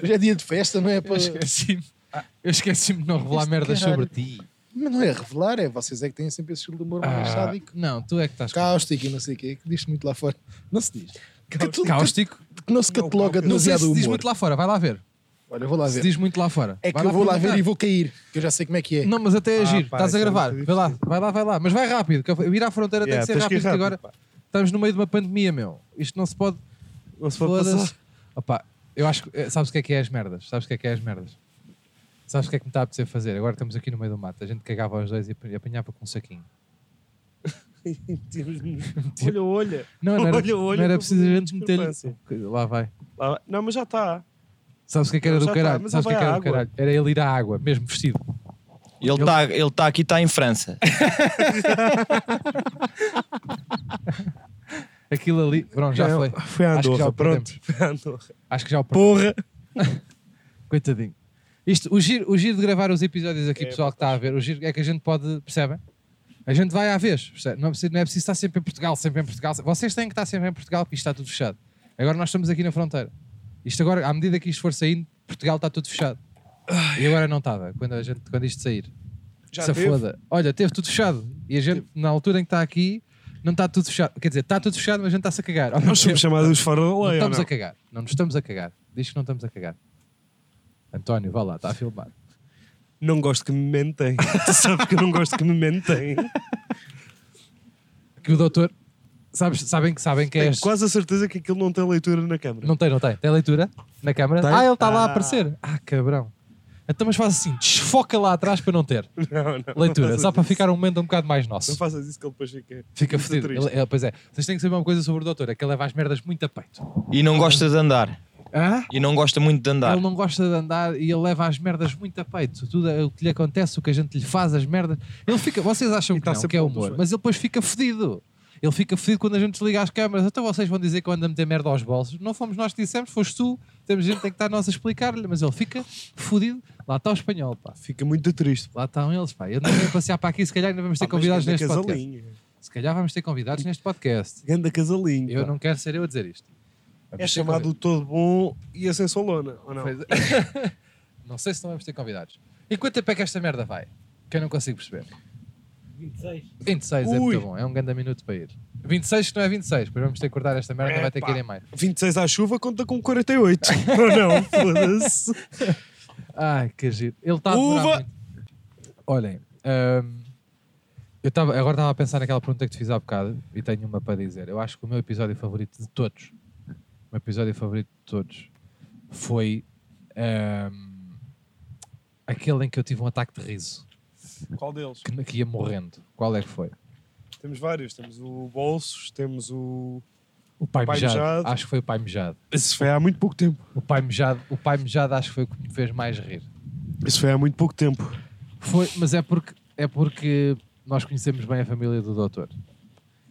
S3: Hoje é dia de festa, não é para.
S2: eu esqueci-me. Ah, Eu esqueci-me de não revelar
S3: Este
S2: merdas
S3: caralho.
S2: sobre ti.
S3: Mas não é revelar, é vocês é que têm sempre esse estilo de humor mais
S2: Ah,
S3: sádico.
S2: não, tu é que estás.
S3: Cáustico e não sei o quê, que diz muito lá fora. Não se diz. Que tu-
S2: Cáustico.
S3: que Não se cataloga
S2: Não sei
S3: demasiado
S2: se
S3: o
S2: diz
S3: humor.
S2: muito lá fora, vai lá ver.
S3: Olha, eu vou lá
S2: Se
S3: ver.
S2: diz muito lá fora.
S3: É que
S2: Vai
S3: eu vou lá
S2: perguntar.
S3: ver e vou cair, que eu já sei como é que é.
S2: Não, mas até
S1: Ah,
S2: agir.
S1: pá,
S2: Estás a
S1: isso é
S2: gravar.
S1: muito
S2: Vê lá, vai lá, vai lá. Mas vai rápido. que eu- Ir à fronteira
S1: Yeah,
S2: tem que
S1: tens
S2: ser
S1: que ir
S2: rápido, porque agora
S1: rápido, pá.
S2: estamos no meio de uma pandemia, meu. Isto não se pode.
S1: Não se pode
S2: Foda-se.
S1: passar.
S2: Opa, eu acho que. eh, Sabes o que é que é as merdas? Sabes o que é que é as merdas? Sabes o que é que me está a apetecer fazer? Agora estamos aqui no meio do mato. A gente cagava aos dois e ap- e apanhava com um saquinho.
S1: olha, olha.
S2: Não, não era,
S1: Olha, olha,
S2: não era
S1: estou
S2: preciso a
S1: fazendo
S2: gente meter.
S1: discrepância.
S2: Lá vai.
S1: Lá vai. Ah, Não, mas já tá. está.
S2: Sabes o que é que era
S1: Não,
S2: do
S1: já tá,
S2: caralho?
S1: mas
S2: Sabes o que
S1: ele
S2: é que era
S1: vai
S2: do
S1: à água.
S2: caralho? Era ele ir à água, mesmo vestido.
S4: Ele está ele tá aqui, está em França.
S2: Aquilo ali. Pronto, já
S1: Não,
S2: foi.
S1: É, Foi à
S2: Acho que já
S1: Andorra,
S2: o perdemos.
S1: pronto. Foi à Andorra.
S2: Acho que já o perdemos.
S1: Porra.
S2: Coitadinho. Isto, o, giro, o giro de gravar os episódios aqui,
S1: É,
S2: pessoal que está a ver, o giro é que a gente pode, percebem? A gente vai à vez, percebe? não é preciso, não é preciso estar sempre em Portugal, sempre em Portugal. Vocês têm que estar sempre em Portugal, porque isto está tudo fechado. Agora nós estamos aqui na fronteira. Isto agora, à medida que isto for saindo, Portugal está tudo fechado. E agora não estava, quando, a gente, quando isto sair.
S1: Já
S2: Se
S1: teve?
S2: é foda. Olha, teve tudo fechado. E a gente, na altura em que está aqui, não está tudo fechado. Quer dizer, está tudo fechado, mas a gente está-se a cagar. Ao mesmo
S1: Nós somos chamados os fora da lei,
S2: não
S1: ou
S2: estamos
S1: não?
S2: a cagar. Não nos estamos a cagar. Diz que não estamos a cagar. António, vá lá, está a filmar.
S1: Não gosto que me mentem. tu sabes que eu não gosto que me mentem.
S2: Que o doutor. Sabes, sabem que sabem que é.
S1: Tenho
S2: este-
S1: quase a certeza que aquilo não tem leitura na câmara.
S2: Não tem, não tem. Tem leitura na câmara.
S1: Tem?
S2: Ah, ele está lá a
S1: Ah.
S2: aparecer. Ah, cabrão. Então, mas faz assim, desfoca lá atrás para não ter
S1: Não, não, não
S2: leitura,
S1: faças
S2: só para
S1: isso.
S2: ficar um momento um bocado mais
S1: Não
S2: nosso.
S1: faças isso que ele depois fica.
S2: Fica
S1: muito
S2: fedido.
S1: triste.
S2: Ele- ele- Pois é, vocês têm que saber uma coisa sobre o doutor: é que ele leva as merdas muito a peito.
S4: E não gosta de andar.
S2: Ah?
S4: E não gosta muito de andar.
S2: Ele não gosta de andar e ele leva as merdas muito a peito. Tudo o que lhe acontece, o que a gente lhe faz, as merdas. Ele fica, vocês acham
S1: E
S2: que
S1: tá
S2: não,
S1: sempre
S2: que é
S1: bom dos
S2: humor,
S1: joelhos.
S2: mas ele depois fica fedido. Ele fica fedido quando a gente desliga as câmaras. Então vocês vão dizer que eu ando a meter merda aos bolsos. Não fomos nós que dissemos, foste tu. Temos gente que tem que estar nós a explicar-lhe, mas ele fica fodido. Lá está o espanhol, pá.
S1: Fica muito triste.
S2: Lá estão eles, pá. Eu não vou passear para aqui, se calhar ainda vamos ter
S1: Pá, Ah, mas é
S2: convidados
S1: ganda
S2: neste podcast.
S1: casalinho.
S2: Se calhar vamos ter convidados neste podcast.
S1: Ganda casalinho.
S2: Eu
S1: pá.
S2: não quero ser eu a dizer isto.
S1: É chamado o todo bom e a sensolona, ou não? é.
S2: Pois- não sei se não vamos ter convidados. E quanto tempo é que esta merda vai? Que eu não consigo perceber.
S5: 26.
S2: 26 é
S1: Ui.
S2: muito bom, é um grande minuto para ir. 26 que não é 26, pois vamos ter que cortar esta merda, vai ter que ir em maio.
S1: 26 à chuva conta com 48. ou não? Foda-se.
S2: Ai, que giro. Ele está a demorar
S1: Uva!
S2: muito. Olhem, hum, eu tava, agora estava a pensar naquela pergunta que te fiz há bocado e tenho uma para dizer. Eu acho que o meu episódio favorito de todos, o meu episódio favorito de todos, foi hum, aquele em que eu tive um ataque de riso,
S1: Qual deles?
S2: que, que ia morrendo. Qual é que foi?
S1: Temos vários. Temos o Bolsos, temos o.
S2: O pai,
S1: Pai
S2: mejado.
S1: Mejado.
S2: Acho que foi o pai mejado.
S1: Isso foi há muito pouco tempo.
S2: O pai mejado, o pai mejado acho que foi o que me fez mais rir.
S1: Isso foi há muito pouco tempo.
S2: Foi, mas é porque, é porque nós conhecemos bem a família do doutor.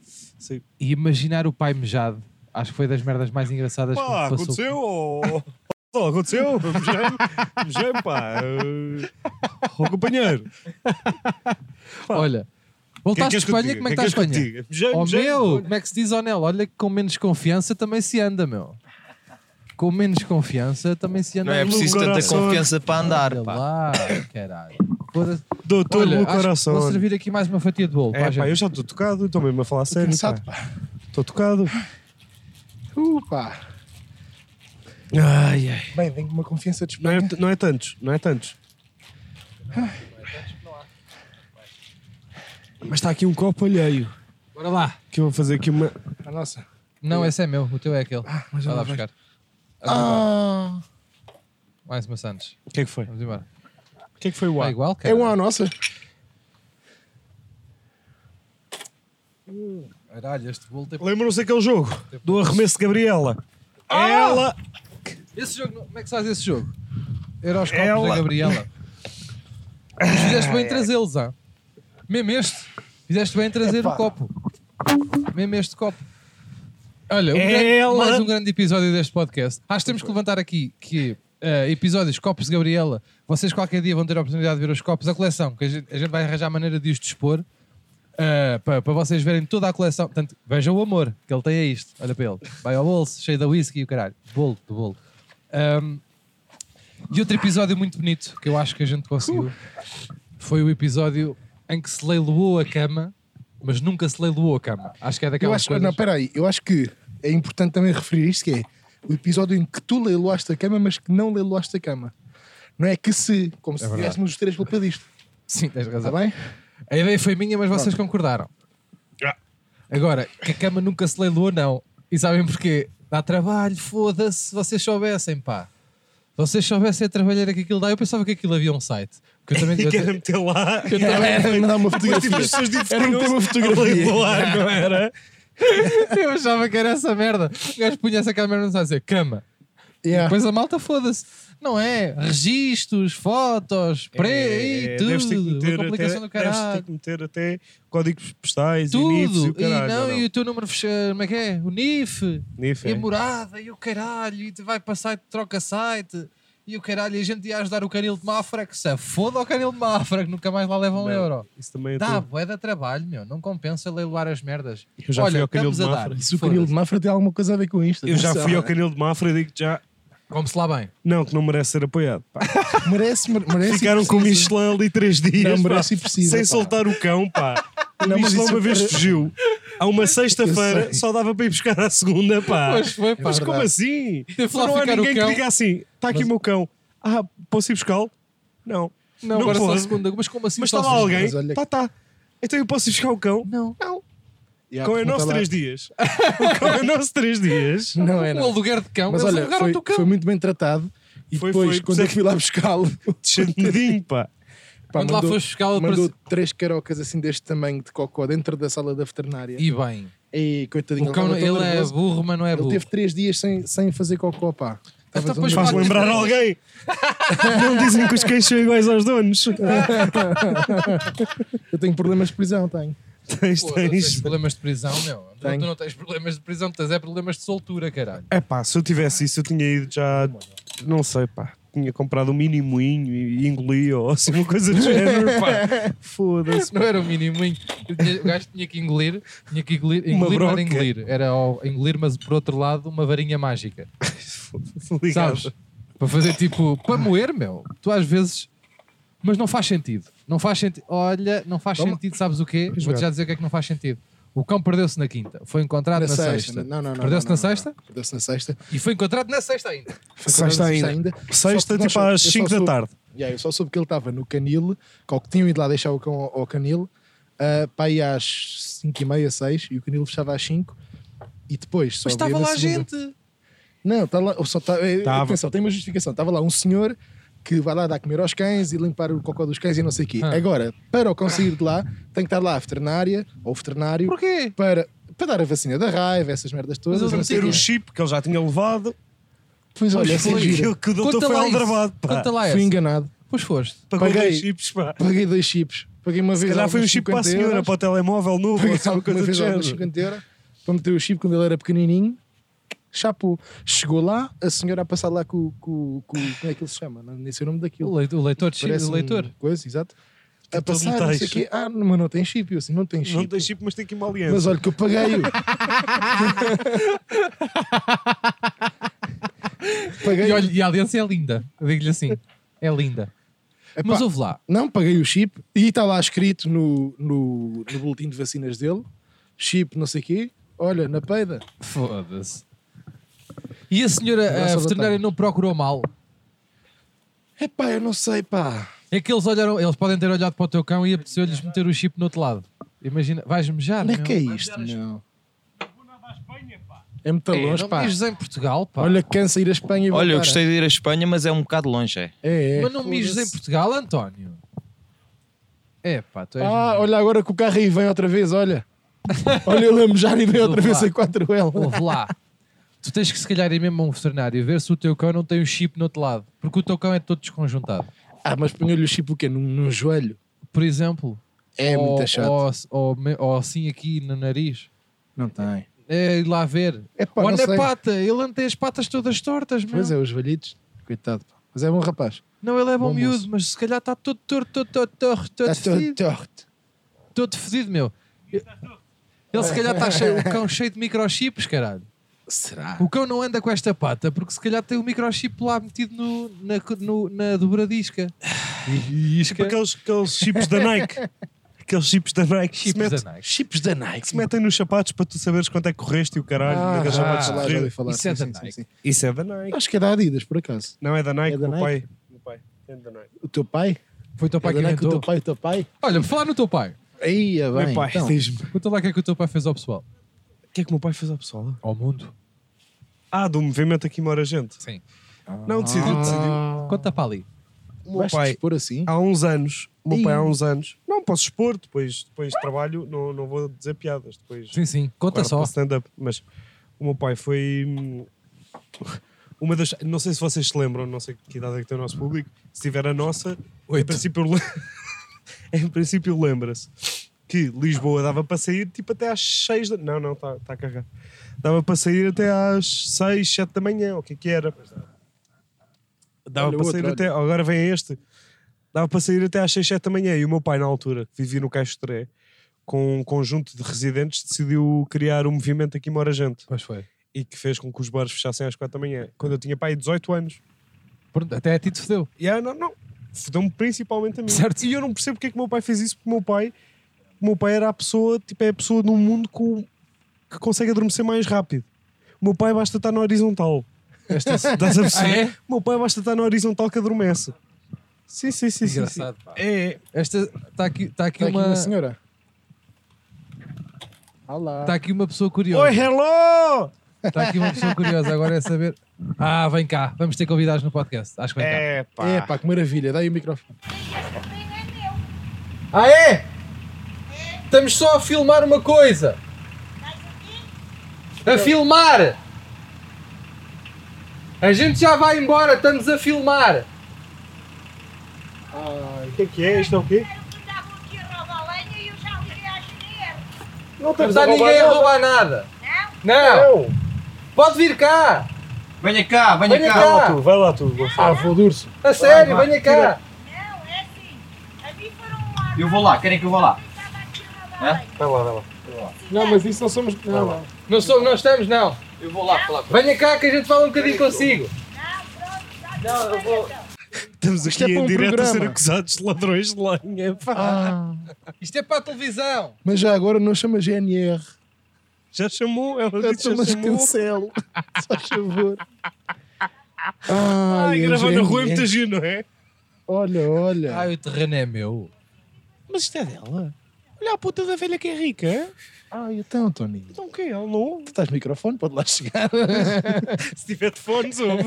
S1: Sim.
S2: E imaginar o pai mejado, acho que foi das merdas mais engraçadas que
S1: Pá,
S2: me passou.
S1: aconteceu? ou- Só aconteceu? Mejei-me, mejei-me, pá. Eh, Ó companheiro, o
S2: Olha,
S1: que é
S2: voltaste
S1: que
S2: de
S1: és
S2: Espanha,
S1: contigo?
S2: como
S1: O
S2: é que está a
S1: és
S2: Espanha?
S1: contigo? Mejei-me,
S2: Oh
S1: mejei-me.
S2: meu, como é que se diz, Onel? Olha que com menos confiança também se anda, meu. Com menos confiança também se anda.
S4: Não é
S1: no
S4: preciso tanta
S1: coração.
S4: confiança para andar.
S2: Olha
S4: pá.
S2: lá, caralho. Foda-se.
S1: Doutor,
S2: Olha,
S1: meu
S2: acho que
S1: coração.
S2: vou servir aqui mais uma fatia de bolo. para a
S1: É, pá,
S2: gente.
S1: eu já estou tocado, estou mesmo a falar
S3: Tô
S1: sério.
S3: cansado,
S1: pá.
S3: pá.
S1: Estou tocado.
S3: Uh, pá.
S1: Ai, ai.
S3: Bem, tenho uma confiança de
S1: Não é,
S3: Espanha.
S1: não é tantos, não é tantos. Mas está aqui um copo alheio.
S2: Bora lá.
S1: Que eu vou fazer aqui uma.
S3: Ah, nossa.
S2: Não, esse é meu, o teu é aquele.
S3: mas
S2: Vai
S3: já
S2: lá
S3: não vai.
S2: buscar.
S3: Ah,
S2: Mais uma Santos.
S1: O que é que foi?
S2: Vamos embora.
S1: O que é que foi o
S2: É
S1: ar?
S2: igual,
S3: é
S2: cara.
S3: uma à nossa?
S2: Caralho, este bolo tem...
S1: Lembram-se daquele jogo do arremesso de Gabriela? Ela!
S2: Esse jogo, não- como é que se faz esse jogo? Era aos copos
S1: Ela. É.
S2: da Gabriela. Mas fizeste bem em trazê-los, ah. Mesmo este. Fizeste bem em trazer o copo. Mesmo este copo. Olha, um grande-
S1: Ela.
S2: mais um grande episódio deste podcast. Acho que temos que levantar aqui que eh, episódios Copos de Gabriela, vocês qualquer dia vão ter a oportunidade de ver os copos, a coleção, que a gente, a gente vai arranjar maneira de os dispor eh, para, para vocês verem toda a coleção. Portanto, vejam o amor que ele tem a isto. Olha para ele. Vai ao bolso, cheio da whisky e o caralho. Bolo do bolo. Ahm, e outro episódio muito bonito que eu acho que a gente conseguiu foi o episódio em que se leiloou a cama, mas nunca se leiloou a cama. Acho que é
S3: Eu
S2: daquelas
S3: acho,
S2: coisas.
S3: não, peraí, eu acho que é importante também referir isto, que é O episódio em que tu leiloaste a cama, mas que não leiloaste a cama. Não é que se, como se
S2: verdade.
S3: tivéssemos os três culpa disto.
S2: Sim, tens
S3: Está
S2: razão.
S3: bem?
S2: A ideia foi minha, mas vocês concordaram.
S1: Ah.
S2: Agora, que a cama nunca se leiloou, não. E sabem porquê? Dá trabalho, foda-se, se vocês soubessem, pá. Se vocês soubessem a trabalhar que aquilo dá, eu pensava que aquilo havia um site. Porque eu também,
S1: E
S2: eu
S1: quero
S2: te-
S1: meter lá.
S3: Eu também era mandar É, uma
S1: Mas tipo, as
S3: fotografia.
S1: pessoas
S3: Era meter uma
S1: Ali
S3: fotografia.
S1: do ar, não era?
S2: eu achava que era essa merda. O gajo punha essa câmera no site a dizer cama.
S3: Yeah.
S2: Depois a malta foda-se. É. Não é? Registros, fotos, pre e
S1: É, deves ter que
S2: É, tudo.
S1: meter
S2: Uma complicação
S1: até-
S2: do
S1: Deves ter
S2: caralho.
S1: que meter até códigos postais
S2: Tudo.
S1: e NIFs e o
S2: E,
S1: caralho.
S2: não,
S1: ou não?
S2: e o teu número fechado, como é que é? O NIF.
S1: NIF,
S2: e
S1: é.
S2: a morada, e o caralho, e tu vai para site, troca site, e o caralho, e a gente ia ajudar o Canil de Mafra, que se foda ao Canil de Mafra, que nunca mais lá leva um
S1: Não,
S2: euro.
S1: Isso também é
S2: Dá,
S1: tudo.
S2: bué da trabalho, meu, não compensa leiloar as merdas.
S1: Eu já
S2: Olha,
S1: fui ao Canil
S2: estamos
S1: de
S2: a
S1: Mafra.
S2: dar.
S3: Se o Canil de Mafra tem alguma coisa a ver com isto.
S1: Eu já
S3: atenção.
S1: fui ao canil de Mafra e digo já.
S2: Come-se lá bem.
S1: Não, que não merece ser apoiado. pá.
S3: Merece, mer- merece. e
S1: Ficaram com o
S3: precisa.
S1: Michelin ali três dias.
S3: Não,
S1: pá,
S3: merece e precisa,
S1: Sem
S3: pá.
S1: soltar o cão, pá. O
S3: Não, mas
S1: Michelin
S3: isso
S1: uma vez
S3: eu-
S1: fugiu. Há uma sexta-feira
S3: sei.
S1: só dava para ir buscar à segunda, pá.
S2: Pois foi, pá.
S1: Mas como
S3: verdade.
S1: assim?
S2: Teve lá
S1: não há
S2: ficar o
S1: ninguém
S2: cão.
S1: que diga assim: está aqui o meu cão. Ah, posso ir buscá-lo? Não.
S2: Não, agora só a
S1: posso.
S2: segunda, mas como assim?
S1: Mas
S2: só
S1: está lá
S2: a segunda?
S1: alguém?
S3: mas olha-
S1: Tá, tá. Então eu posso ir buscar o cão?
S2: Não. tá
S3: Yeah,
S1: Cão é
S3: pergunta
S1: nosso
S3: lá.
S1: três dias. O cão é nosso três dias.
S3: Não é
S2: O
S3: não.
S2: Um aluguer de cão,
S3: Mas
S2: eles
S3: olha,
S2: alugaram
S3: foi,
S2: o teu cão.
S3: foi muito bem tratado. E
S1: Foi,
S3: depois,
S1: foi.
S3: quando eu fui lá buscá-lo,
S1: Cheio de medinho, pá.
S3: pá,
S2: Quando lá
S3: mandou,
S2: foste buscá-lo,
S3: mandou
S2: parecia-
S3: três carocas assim deste tamanho de cocó dentro da sala da veterinária.
S2: E bem,
S3: E, coitadinho,
S2: o cão,
S3: estava tão
S2: ele é
S3: nervoso.
S2: burro, mas não é
S3: Ele
S2: burro.
S3: teve três dias sem, sem fazer cocó, pá. Estava
S2: Então,
S3: tão
S2: pois,
S1: Faz
S3: nervoso.
S1: lembrar alguém. Não dizem que os cães são iguais aos donos.
S3: Eu tenho problemas de prisão, tenho.
S1: Tens,
S2: Pô, não tens
S1: tens.
S2: problemas de prisão, meu. Tu
S3: Tenho.
S2: não tens problemas de prisão, tu tens é problemas de soltura, caralho.
S1: É pá, se eu tivesse isso, eu tinha ido já. Não sei, pá. Tinha comprado um mini moinho e engoli ou assim, uma coisa do género, pá. Foda-se.
S2: Não era o mínimo. hein? Eu tinha- O gajo tinha que engolir, tinha que engolir, engolir não era
S1: broca.
S2: engolir, era ao- engolir, mas por outro lado, uma varinha mágica.
S1: Ligado.
S2: Sabes? Para fazer tipo, para moer, meu, tu às vezes. Mas não faz sentido. Não faz sentido. Olha, não faz
S3: Toma.
S2: sentido, sabes o quê?
S3: Pois
S2: Vou-te
S3: é.
S2: já dizer o que é que não faz sentido. O cão perdeu-se na quinta, foi encontrado Ah, na, sexta.
S3: Não, não, não.
S2: Perdeu-se
S3: não,
S2: na
S3: não, não.
S2: sexta?
S3: Perdeu-se na sexta.
S2: E foi encontrado na sexta ainda.
S3: Foi
S1: Sexta
S3: acordado
S1: ainda. Sexta,
S3: Só que nós
S1: tipo,
S3: só-
S1: às
S3: eu só
S1: cinco da
S3: soube-
S1: tarde.
S3: Yeah, eu só soube que ele estava no canil, que ao que tinham ido lá deixar o cão ao, ao canil, ah, para ir às 5 e meia, 6, e o canil fechava às 5. E depois só
S2: Mas
S3: abria
S2: estava
S3: na
S2: lá a
S3: segunda.
S2: gente.
S3: Não, está lá, só tá, é,
S1: Tava.
S3: atenção, tem uma justificação. Estava lá um senhor que vai lá dar comer aos cães e limpar o cocó dos cães e não sei o quê.
S2: Ah.
S3: Agora, para o cão sair de lá, tem que estar lá a veterinária ou o veterinário
S2: Porquê?
S3: para, para dar a vacina da raiva, essas merdas todas.
S2: Mas
S3: e não
S2: eles
S3: sei
S1: Ter
S3: o
S1: o
S3: quê.
S1: chip que ele já tinha levado.
S3: Pois olha,
S2: Pois
S3: assim
S2: foi.
S3: gira.
S1: Aquilo que o doutor
S2: Conta
S1: foi
S2: lá isso.
S1: aldrabado, pá.
S2: Conta lá
S3: Fui
S2: essa.
S3: enganado.
S2: Pois foste.
S1: Pagou
S3: Paguei.
S1: dois chips, pá.
S3: Paguei dois chips. Paguei uma
S1: Se
S3: vez.
S1: calhar foi um
S3: alguns
S1: chip para a
S3: 50
S1: senhora,
S3: euros.
S1: para o telemóvel novo, ou
S3: Paguei
S1: assim, uma
S3: alguma
S1: coisa do
S3: vez alguns
S1: género.
S3: 50 euros para meter o chip quando ele era pequenininho. Chapou. Chegou lá, a senhora a passar lá com, com, com como é que ele se chama? Não- Nem sei o nome daquilo.
S2: O leitor, o leitor, de chi-
S3: Parece
S2: o
S3: um
S2: leitor.
S3: coisa, exato. A
S1: Todo
S3: passar,
S2: tá
S3: não sei
S1: metais.
S3: o quê. Ah, mas não tem chip. Eu assim, não tem chip.
S1: Não tem chip, mas tem que ir uma aliança.
S3: Mas olha que eu paguei-o.
S2: E,
S3: paguei
S2: olha, e a aliança é linda. Eu Digo-lhe assim: é linda.
S3: Epá,
S2: Mas ouve lá.
S3: Não, paguei o chip e está lá escrito no, no, no boletim de vacinas dele: chip, não sei o quê. Olha, na peida.
S2: Foda-se. E a senhora
S3: Graças
S2: a
S3: a
S2: veterinária
S3: Deus.
S2: não procurou mal.
S3: Epá, eu não sei, pá.
S2: É que eles olharam, eles podem ter olhado para o teu cão e apeteceu-lhes meter o chip no outro lado. Imagina, vais mejar.
S3: Onde é que é
S2: meu?
S3: isto, meu? É muito
S2: É,
S3: longe,
S2: não
S3: pá.
S2: me dizes em Portugal, pá.
S3: Olha, que cansa ir à Espanha e
S4: Olha, eu
S3: voltar.
S4: gostei de ir à Espanha, mas é um bocado longe. é.
S3: É, é.
S2: mas não mijes em
S3: Foda-se.
S2: Portugal, António. É pá, tu és.
S3: Ah, olha agora que o carro aí vem outra vez, olha. Olha, eu lamejar e vem outra
S2: Ouve
S3: vez
S2: lá.
S3: a 4 L.
S2: Ouve lá. Tu tens que se calhar ir mesmo a um veterinário e ver se o teu cão não tem o chip no outro lado. Porque o teu cão é todo desconjuntado.
S3: Ah, mas punhou-lhe o chip o quê? Num, num joelho?
S2: Por exemplo.
S3: É
S2: ou,
S3: muito chato.
S2: Ou, ou, me- ou assim aqui no nariz.
S3: Não tem.
S2: É ir lá ver.
S3: É pá, não
S2: Olha
S3: sei.
S2: a pata, ele não tem as patas todas tortas, meu.
S3: Pois é, os velhitos. Coitado, pá. Mas é bom rapaz.
S2: Não, ele é bom,
S3: Bom
S2: miúdo,
S3: moço.
S2: mas se calhar está todo torto, todo torto, todo, todo
S3: Está todo
S2: fedido,
S3: torto.
S2: todo fedido, meu. Ele se calhar está cheio, o cão cheio de microchips, caralho.
S3: Será?
S2: O cão não anda com esta pata porque se calhar tem o microchip lá metido no, na, co- no- na dobradisca. E, e isca.
S1: Tipo aqueles, aqueles chips da Nike. aqueles chips da Nike que se
S2: Chips
S1: mete-
S2: da Nike.
S3: Chips da
S1: que
S3: Nike. é
S1: se metem nos sapatos para tu saberes quanto é que correste e o caralho.
S3: Ah,
S1: naqueles
S2: já
S1: sapatos
S2: ouvi
S1: de correr.
S2: falar,
S3: falar.
S2: Isso é da Nike.
S1: Isso é da Nike.
S3: Acho que é da Adidas, por acaso.
S1: Não é da Nike,
S3: É da
S1: meu
S3: Nike?
S1: pai. Meu pai. É da Nike.
S3: O teu pai?
S2: Foi o teu pai
S3: é
S2: que
S3: da Nike, o
S2: inventou.
S3: teu pai, o teu pai.
S2: Olha, por falar no teu pai.
S3: Aí, é bem.
S1: meu pai,
S3: então.
S1: diz-me.
S2: Conta lá o que é que o teu pai fez ao pessoal.
S1: O que é que o meu pai fez ao pessoal?
S2: Ao mundo.
S1: Ah, do movimento Aqui Mora Gente.
S2: Sim.
S1: Não, decidiu, decidiu.
S2: Conta para ali.
S1: O meu
S3: Vais-te
S1: pai,
S3: expor assim?
S1: há uns anos, o meu
S3: Ih.
S1: pai há uns anos, não posso expor, depois, depois trabalho, não, não vou dizer piadas, depois
S2: Sim, sim. Conta
S1: agora
S2: só.
S1: para stand-up, mas o meu pai foi hum, uma das, não sei se vocês se lembram, não sei que idade é que tem o nosso público, se tiver a nossa, em
S2: Oito.
S1: princípio, le- em princípio lembra-se que Lisboa dava para sair tipo até às 6 da... Não, não, está tá a carregar. Dava para sair até às 6, 7 da manhã, o que é que era? Dava
S3: Olha o
S1: para
S3: outro,
S1: sair
S3: olha.
S1: até... Agora vem este. Dava para sair até às 6, 7 da manhã e o meu pai, na altura, que vivia no Caixo de Tré, com um conjunto de residentes, decidiu criar um movimento Aqui Mora Gente
S2: Pois foi.
S1: e que fez com que os bares fechassem às 4 da manhã, quando eu tinha pai 18 anos.
S2: Pronto, Até a ti te fodeu.
S1: E ah, não, não. Fudeu-me principalmente a mim.
S2: Certo.
S1: E eu não percebo porque é que o meu pai fez isso, porque o meu pai, o meu pai era a pessoa, tipo, é a pessoa no mundo com, que consegue adormecer mais rápido. O meu pai basta estar na horizontal. Esta, estás a perceber?
S2: Ah, é?
S1: O meu pai basta estar na horizontal que adormece. Sim, sim, sim. sim, sim.
S2: Engraçado, pá.
S1: É, é.
S2: Esta está aqui, está aqui
S3: Está Tá aqui
S2: uma
S3: uma senhora. Olá.
S2: está tá aqui uma pessoa
S1: Oi,
S2: curiosa.
S1: hello!
S2: Está aqui uma pessoa curiosa. Agora é saber. Ah, vem cá. Vamos ter convidados no podcast. Acho que vem cá.
S1: É, pá.
S3: É pá, que maravilha. Dá aí o microfone.
S2: Ah é? Estamos só a filmar uma coisa. A filmar. A gente já vai embora. Estamos a filmar.
S1: Ai, o que é que é? Isto é o quê?
S6: Estavam aqui a roubar lenha e eu já liguei à engenheiro.
S1: Não
S2: Não está ninguém a roubar nada. Não.
S1: Não.
S2: Pode vir cá.
S4: Venha cá, venha,
S2: Venha
S4: cá.
S2: cá.
S1: Vai lá tu, vai lá tu. Gonçalo.
S3: Ah, vou durso.
S2: A sério, venha cá.
S6: Não, é assim. A mim foram um lá.
S4: Eu vou lá, querem que eu vá lá?
S6: Estava aqui a roubar
S4: Hã?
S6: lenha.
S1: Vai lá, vai lá.
S3: Não, mas isso não somos. Não, não.
S2: Não somos, não estamos, não.
S4: Eu vou lá falar com
S2: Venha cá que a gente fala um bocadinho consigo.
S6: Não, pronto, já Não, eu vou.
S1: Estamos
S3: Isto
S1: aqui
S3: é para
S1: em
S3: um
S1: direto a ser
S3: programa.
S1: acusados de ladrões de lenha. Pá.
S2: Isto é para a televisão.
S3: Ah, Mas já agora não chama GNR.
S1: Já chamou? Ela
S3: Eu
S1: disse
S3: estou
S1: já
S3: mas
S1: chamou.
S3: cancelo. Só favor. Ai,
S1: Ai,
S3: a
S1: gravar na rua é
S3: GNR.
S1: muito giro, não é?
S3: Olha, olha.
S2: Ai, o terreno é meu.
S1: Mas isto é dela. Olha a puta da velha que é rica. é?
S3: Ai, então, Toninho.
S1: Então o que é? Ela não ouve.
S3: Tu estás no microfone? Pode lá chegar.
S1: Se tiver de fones, ouve.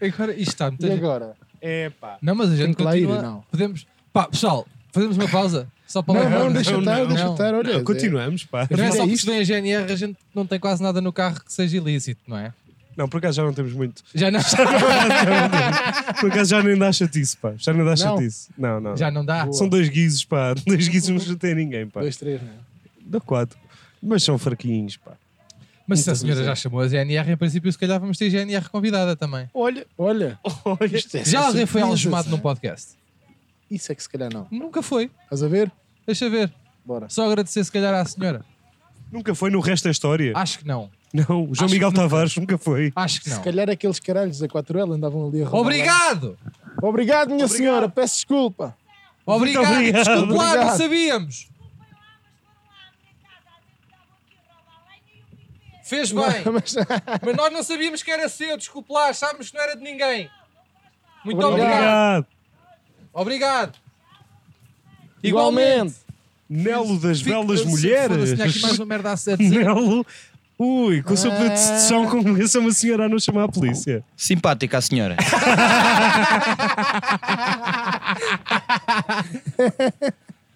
S2: Agora, isto está muito...
S3: E agora?
S1: É pá.
S2: Não, mas a gente
S3: que lá ir,
S2: continua.
S3: não.
S2: Podemos... Pá, pessoal, fazemos uma pausa. Só para
S3: Não,
S2: lembrar.
S3: não, deixa
S1: não,
S3: estar,
S1: não.
S3: deixa estar. Olha, é-
S1: Continuamos, pá.
S2: Não é só
S3: Mas é
S2: porque
S3: isto.
S2: se vem a GNR, a gente não tem quase nada no carro que seja ilícito, não é?
S1: Não, por acaso já não temos muito.
S2: Já não,
S1: Por acaso já nem dá chatice, pá. Já nem dá chatice. Não, não.
S2: já não dá.
S1: São dois guizos, pá. Dois guizos não chateia ninguém, pá.
S3: Dois, três, não é?
S1: Dá quatro. Mas são fraquinhos, pá.
S2: Mas se a
S3: Muito
S2: senhora já
S3: obrigado.
S2: chamou a GNR, em princípio, se calhar vamos ter GNR convidada também.
S3: Olha, olha.
S1: Olha.
S3: Isto é
S2: Já
S3: só
S2: alguém foi
S3: surpresas,
S2: algemado num
S3: é?
S2: podcast?
S3: Isso é que se calhar não.
S2: Nunca foi.
S3: Estás a ver?
S2: Deixa ver.
S3: Bora.
S2: Só agradecer, se calhar, à senhora.
S1: Nunca foi no resto da história.
S2: Acho que não.
S1: Não, o João
S2: Ah. acho
S1: Miguel
S2: que nunca.
S1: Tavares nunca foi.
S2: Acho que não.
S3: Se calhar aqueles caralhos da 4L andavam ali a roubar.
S2: Obrigado!
S3: Obrigado, minha senhora. Peço desculpa.
S2: Obrigado!
S1: obrigado.
S2: Desculpe lá, não
S3: Obrigado.
S2: sabíamos! Fez bem,
S3: Mas-
S2: mas nós não sabíamos que era seu, desculpe lá, achámos que não era de ninguém. Muito obrigado.
S1: Obrigado.
S2: Obrigado.
S3: Igualmente.
S1: Nelo das
S2: Fico-
S1: belas
S2: se-
S1: mulheres.
S2: foda-se, tinha aqui mais uma merda a ser dizer.
S1: Nelo. Ui, com o seu
S2: Ah.
S1: poder de sedução, como essa uma senhora a não chamar a polícia.
S4: Simpática a senhora.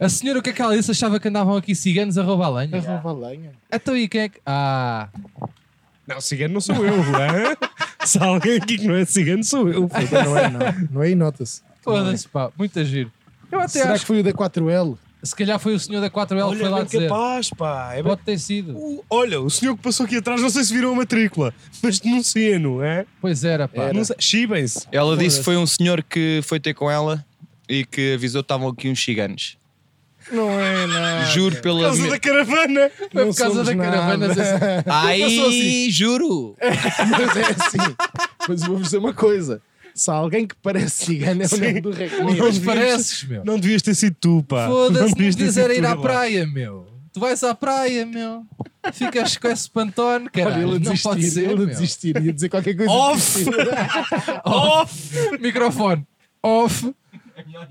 S2: A senhora, o que é que ela disse? Achava que andavam aqui ciganos a roubar lenha.
S3: A roubar lenha.
S2: Então e quem é que. Ah,
S1: Não, cigano não sou eu, hã? Se há alguém aqui que não é cigano, sou eu. foda-se.
S3: Não é, não. Não é e nota-se.
S2: foda-se, pá, muito giro. Eu até
S3: Será que
S2: acho.
S3: foi o da 4L?
S2: Se calhar foi o senhor da 4L que foi lá
S1: bem
S2: dizer.
S1: capaz, pá. É bem-
S2: Pode ter sido.
S1: O- Olha, o senhor que passou aqui atrás, não sei se viram a matrícula, mas denuncia, não é?
S2: Pois era, pá.
S1: Não sei- Chibem-se.
S4: Ela disse que foi um senhor que foi ter com ela e que avisou que estavam aqui uns ciganos.
S3: Não é, não.
S4: Juro
S1: Por
S4: pela.
S1: causa
S4: mi-
S1: da caravana.
S2: Foi
S3: Não
S2: por causa
S3: somos
S2: da caravana.
S3: nada.
S2: assim.
S4: Ai,
S3: Passou assim.
S4: juro!
S3: Mas é assim. Mas vou-vos dizer uma coisa. Se há alguém que parece cigano é o nome do rei.
S2: Mas pareces, meu.
S1: Não devias ter sido tu, pá.
S2: Foda-se, não
S1: devias ter
S2: dizer
S1: sido
S2: ir
S1: tu,
S2: à
S1: relaxa.
S2: praia, meu. Tu vais à praia, meu. Ficas com esse pantone,
S3: Olha, ele
S2: caralho.
S3: a
S2: Não
S3: desistir,
S2: pode ser,
S3: ele a
S2: meu.
S3: desistir, ia dizer qualquer coisa.
S2: Off! Off! Microfone. Off.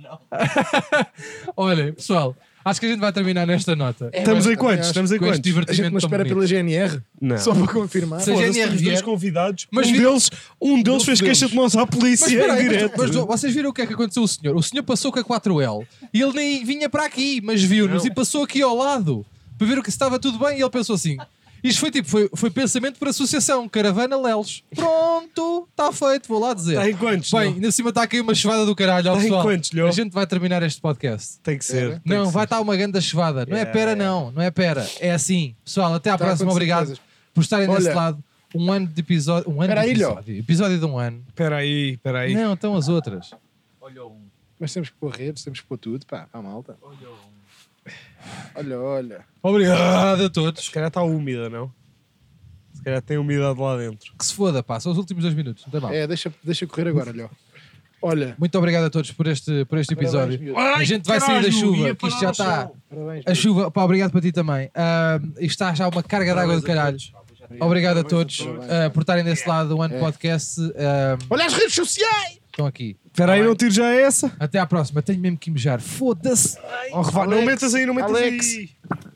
S2: Olha, pessoal, acho que a gente vai terminar nesta nota.
S1: Estamos em
S3: Também
S1: quantos?
S3: acho
S1: É, Estamos em
S2: com este
S1: quantos?
S3: A gente
S2: divertimento
S3: não
S2: tão
S3: espera
S2: bonito.
S3: pela GNR,
S1: Não.
S3: só para confirmar.
S2: Se a
S1: Foda-se,
S2: GNR
S1: temos dois
S2: vier-
S1: convidados.
S2: Mas
S1: um,
S2: vi-
S1: deles, um deles fez queixa de nós à
S2: Mas,
S1: polícia
S2: espera
S1: em
S2: aí, mas-
S1: direto.
S2: mas vocês viram o que é que aconteceu o senhor? O senhor passou com a 4L e ele nem vinha para aqui, mas viu-nos
S1: Não.
S2: e passou aqui ao lado para ver o que se estava tudo bem e ele pensou assim. Isto foi tipo, foi, foi pensamento por associação, caravana Leles. Pronto, está feito, vou lá dizer.
S1: Está Tá em quantos?
S2: Bem,
S1: não?
S2: ainda cima está aqui uma chevada do caralho, ó,
S1: Está em
S2: pessoal.
S1: quantos, Lhó?
S2: A gente vai terminar este podcast.
S1: tem que ser. tem
S2: Não,
S1: que
S2: vai
S1: ser.
S2: estar uma grande chevada. Não é
S1: Yeah,
S2: pera,
S1: yeah.
S2: não. Não é pera. É assim. Pessoal, até à
S3: Está a
S2: próxima.
S3: acontecer
S2: Obrigado
S3: coisas.
S2: por estarem desse
S3: Olha.
S2: lado. Um ano de episódio. Um ano
S3: Espera
S2: de
S3: aí, Lhó.
S2: episódio. Episódio de um ano.
S1: Espera aí, espera aí.
S2: Não, estão as outras.
S3: Mas temos que pôr redes, temos que pôr tudo, pá, para a malta. Olha, olha.
S2: Obrigado a
S1: Se
S2: todos.
S1: calhar está úmida, não? Se calhar tem umidade lá dentro.
S2: Que se foda, pá. São os últimos dois minutos. Não tem mal.
S3: É, deixa, deixa correr agora, olha. Olha.
S2: Muito obrigado a todos por este, por este episódio.
S3: miúdo.
S2: a gente vai sair da chuva, que isto já está.
S3: Parabéns.
S2: A chuva, pá, obrigado para ti também. Ah, isto está já uma carga de água do caralho. Obrigado a todos ah, por estarem desse lado. O ano podcast. ah,
S3: Olha as redes sociais!
S2: estão aqui. Tá
S1: Espera aí, não tiro já é essa.
S2: Até à próxima. Tenho mesmo que mijar. Foda-se.
S1: Oh, Revá, não metas aí, não metas
S3: Alex.
S1: aí.